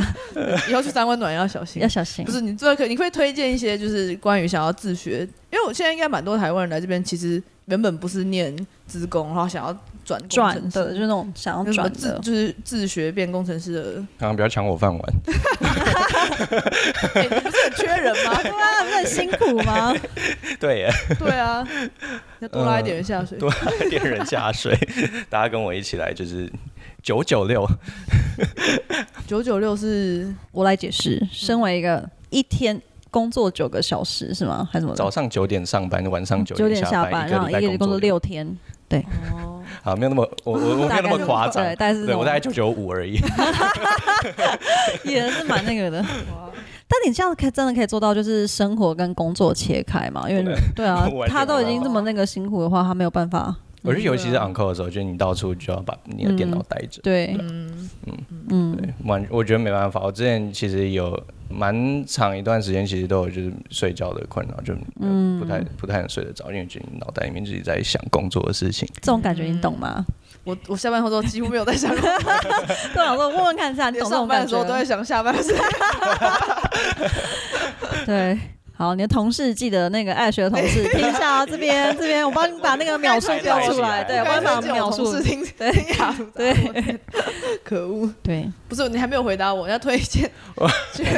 Speaker 3: 以后去三温暖要小心
Speaker 1: 要。小心
Speaker 3: 不。是你最后可以你会推荐一些就是关于想要自学，因为我现在应该蛮多台湾人来这边，其实原本不是念职工，然后想要转工
Speaker 1: 转
Speaker 3: 程师
Speaker 1: 的就是那种想
Speaker 3: 有
Speaker 1: 要
Speaker 3: 什么
Speaker 1: 转
Speaker 3: 自
Speaker 1: 的，
Speaker 3: 就是自学变工程师的，
Speaker 2: 刚刚不要抢我饭碗。
Speaker 3: 哎你不是很缺人吗？
Speaker 1: 对啊，不是很辛苦 吗？
Speaker 2: 对耶，
Speaker 3: 对啊， 要多拉一点人下
Speaker 1: 呃
Speaker 3: 水。
Speaker 2: 多 点人下水，大家跟我一起来就是九九六，
Speaker 3: 九九六是
Speaker 1: 我来解释，
Speaker 3: 嗯
Speaker 1: 身为一个一天工作九个小时是吗？还是什么的？
Speaker 2: 早上九点上班，晚上九
Speaker 1: 九
Speaker 2: 点
Speaker 1: 点下
Speaker 2: 班，
Speaker 1: 班，
Speaker 2: 一个
Speaker 1: 然后
Speaker 2: 礼
Speaker 1: 一个
Speaker 2: 拜
Speaker 1: 月工作
Speaker 2: 六，
Speaker 1: 六天，
Speaker 3: 哦，
Speaker 2: 啊，没有那么我我我没有那么夸张
Speaker 1: 对，，但是那
Speaker 2: 对
Speaker 1: 种
Speaker 2: 我大概九九五而已。
Speaker 1: 也是蛮那个的。
Speaker 3: 哇
Speaker 1: 但你这样可以真的可以做到，就是生活跟工作切开嘛？因为
Speaker 2: 对
Speaker 1: 对啊
Speaker 2: 我完全没，办法
Speaker 1: 他都已经这么那个辛苦的话，他没有办法。
Speaker 2: 我觉得尤其是
Speaker 1: 嗯
Speaker 2: on call 的时候，就是你到处就要把你的电脑带着。
Speaker 1: 对，
Speaker 3: 嗯，
Speaker 1: 嗯，
Speaker 2: 完，我觉得没办法。我之前其实有蛮长一段时间，其实都有就是睡觉的困扰，就不
Speaker 1: 嗯
Speaker 2: 太、不太能睡得着，因为觉得你脑袋里面自己在想工作的事情。
Speaker 1: 这种感觉你懂吗？
Speaker 3: 我我下班后都几乎没有在想工作，
Speaker 1: 对啊，我说问问看一下，你
Speaker 3: 连
Speaker 1: 懂这
Speaker 3: 上
Speaker 1: 种
Speaker 3: 班
Speaker 1: 感
Speaker 3: 的时候都在
Speaker 1: 觉？
Speaker 3: 想下班的 事。
Speaker 1: 对。好，你的同事记得那个爱学的同 事听一下哦，这边这边，我帮你把那个秒数标出 来，对，
Speaker 2: 我
Speaker 1: 我
Speaker 2: 刚
Speaker 1: 帮
Speaker 2: 才
Speaker 1: 你把
Speaker 3: 我
Speaker 1: 秒数，
Speaker 3: 听
Speaker 1: 对
Speaker 3: 听雅图
Speaker 1: 对
Speaker 3: 杂货，可恶！
Speaker 1: 对，
Speaker 3: 不是你还没有回答我，要推荐，觉得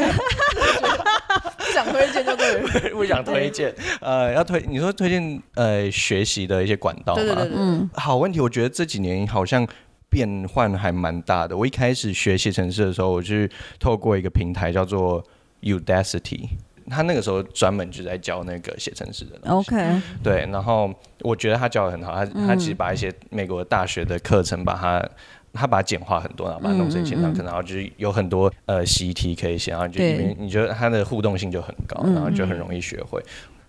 Speaker 3: 不想推荐就对 了。
Speaker 2: 我想推荐，呃，要推你说推荐呃学习的一些管道吗？
Speaker 3: 对对对对，
Speaker 1: 嗯，
Speaker 2: 好问题，我觉得这几年好像变换还蛮大的。我一开始学写程式的时候，我是透过一个平台叫做 Udacity，他那个时候专门就在教那个写程式
Speaker 1: 嗯
Speaker 2: 的东西。
Speaker 1: OK，
Speaker 2: 对，然后我觉得他教的很好，他他其实把一些美国大学的课程把它。他把它简化很多，然后把它弄成线上课，然后就是有很多呃习题可以写，然后你就
Speaker 1: 对
Speaker 2: 里面你觉得它的互动性就很高，然后就很容易学会。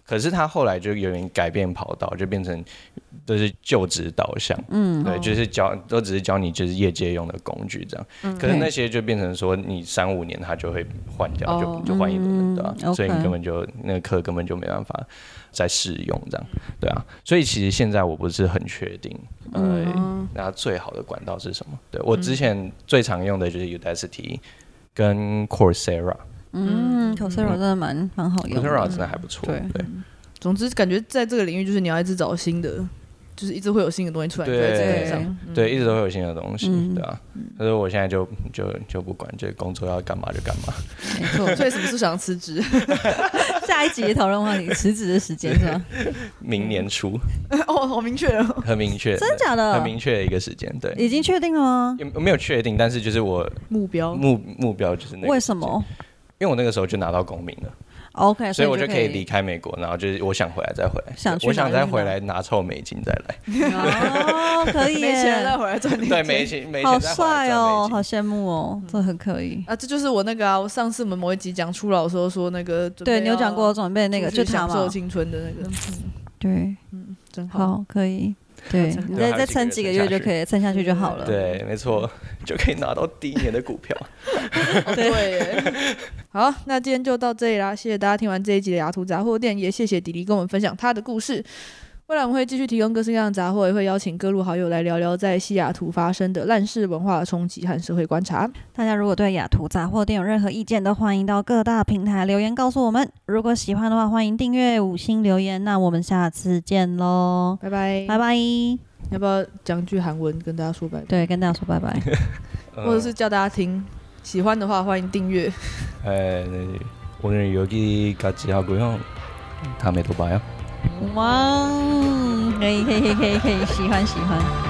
Speaker 2: 可是他后来就有点改变跑道，就变成都是就职导向，嗯，
Speaker 1: 哦
Speaker 2: 对，就是教都只是教你就是业界用的工具这样。
Speaker 1: 嗯
Speaker 2: 嗯可
Speaker 3: 嗯
Speaker 2: 是那些就变成说你三五年他就会换掉，
Speaker 3: 哦
Speaker 2: 就就换一轮了，对吧、
Speaker 1: 嗯
Speaker 2: 所以你
Speaker 1: OK
Speaker 2: 根本就那个课根本就没办法在试用这样，对啊，所以其实现在我不是很确定，
Speaker 1: 嗯
Speaker 2: 呃，
Speaker 3: 嗯
Speaker 2: 那最好的管道是什么？对我之前最常用的就是 Udacity 跟 Coursera，
Speaker 1: 嗯 c o s e r a 真的蛮蛮好用的
Speaker 2: Coursera 真的还不错，
Speaker 1: 嗯对嗯
Speaker 2: 对
Speaker 3: 总之，感觉在这个领域，就是你要一直找新的，就是一直会有新的东西出来
Speaker 2: 对
Speaker 3: 在这个上。嗯
Speaker 2: 对，一直都会有新的东西，
Speaker 1: 嗯
Speaker 2: 对啊。所以我现在就就就不管，就工作要干嘛就干嘛。
Speaker 1: 没 错。
Speaker 3: 所以什么时候想要辞 职？
Speaker 1: 下一集的讨论话题，辞职的时间是 吧？
Speaker 2: 明年初
Speaker 1: 嗯
Speaker 3: 哦，好明确哦。
Speaker 2: 很明确，
Speaker 1: 真假的
Speaker 2: 很明确的一个时间，对。
Speaker 1: 已经确定了吗？
Speaker 2: 也没有确定，但是就是我
Speaker 3: 目标
Speaker 2: 目目标就是那个，
Speaker 1: 哦为什？么
Speaker 2: 因为我那个时候就拿到公民了，
Speaker 1: ？OK，
Speaker 2: 所以我
Speaker 1: 就
Speaker 2: 就可以离。开美国，然后就是我想回来再回来，
Speaker 1: 想去
Speaker 2: 我想
Speaker 1: 哪就去
Speaker 2: 再
Speaker 1: 哪
Speaker 2: 回来拿臭美金再 来，
Speaker 1: 哦，可以
Speaker 3: 没钱了再
Speaker 1: 耶，
Speaker 3: 回来赚点
Speaker 2: 对，
Speaker 3: 钱。
Speaker 2: 没钱没
Speaker 1: 好
Speaker 2: 钱再回来
Speaker 1: 帅哦，
Speaker 2: 赚
Speaker 1: 好
Speaker 2: 美金，
Speaker 1: 羡
Speaker 2: 嗯
Speaker 1: 慕哦，这很可以。
Speaker 3: 啊，这就是我那个啊，我上次我们某一集讲初老的时候说那个，
Speaker 1: 对你有讲过，准备那个，就他
Speaker 3: 享受
Speaker 1: 嘛。
Speaker 3: 青春的那个，嗯
Speaker 1: 对，
Speaker 3: 真好。
Speaker 1: 好，可以。对，
Speaker 3: 撑
Speaker 1: 你
Speaker 2: 对
Speaker 1: 再
Speaker 2: 还有
Speaker 1: 再
Speaker 2: 几个
Speaker 1: 撑
Speaker 2: 月
Speaker 1: 几
Speaker 2: 撑
Speaker 1: 个
Speaker 2: 下
Speaker 1: 月就
Speaker 2: 去
Speaker 1: 可以撑下去就好了。
Speaker 2: 对，没错，就可以拿到第一年的股票。
Speaker 3: 对耶， 好，那今天就到这里啦，谢谢大家听完这一集的雅图杂货店，也谢谢迪迪跟我们分享他的故事。未来我们会继续提供各式各样的杂货，也会邀请各路好友来聊聊在西雅图发生的烂事文化的冲击和社会观察。
Speaker 1: 大家如果对雅图杂货店有任何意见，都欢迎到各大平台留言告诉我们。如果喜欢的话，欢迎订阅、五星留言。那我们下次见喽，
Speaker 3: 拜拜，
Speaker 1: 拜拜。
Speaker 3: 要不要讲句韩文跟大家说拜拜？
Speaker 1: 对，跟大家说拜拜。
Speaker 2: 嗯
Speaker 3: 或者是叫大家听，喜欢的话欢迎订阅。
Speaker 2: 에, 네. 오늘 여기까지 하고요. 다음에 또 봐요.
Speaker 1: 哇，可以可以可以可以可以，喜欢喜欢。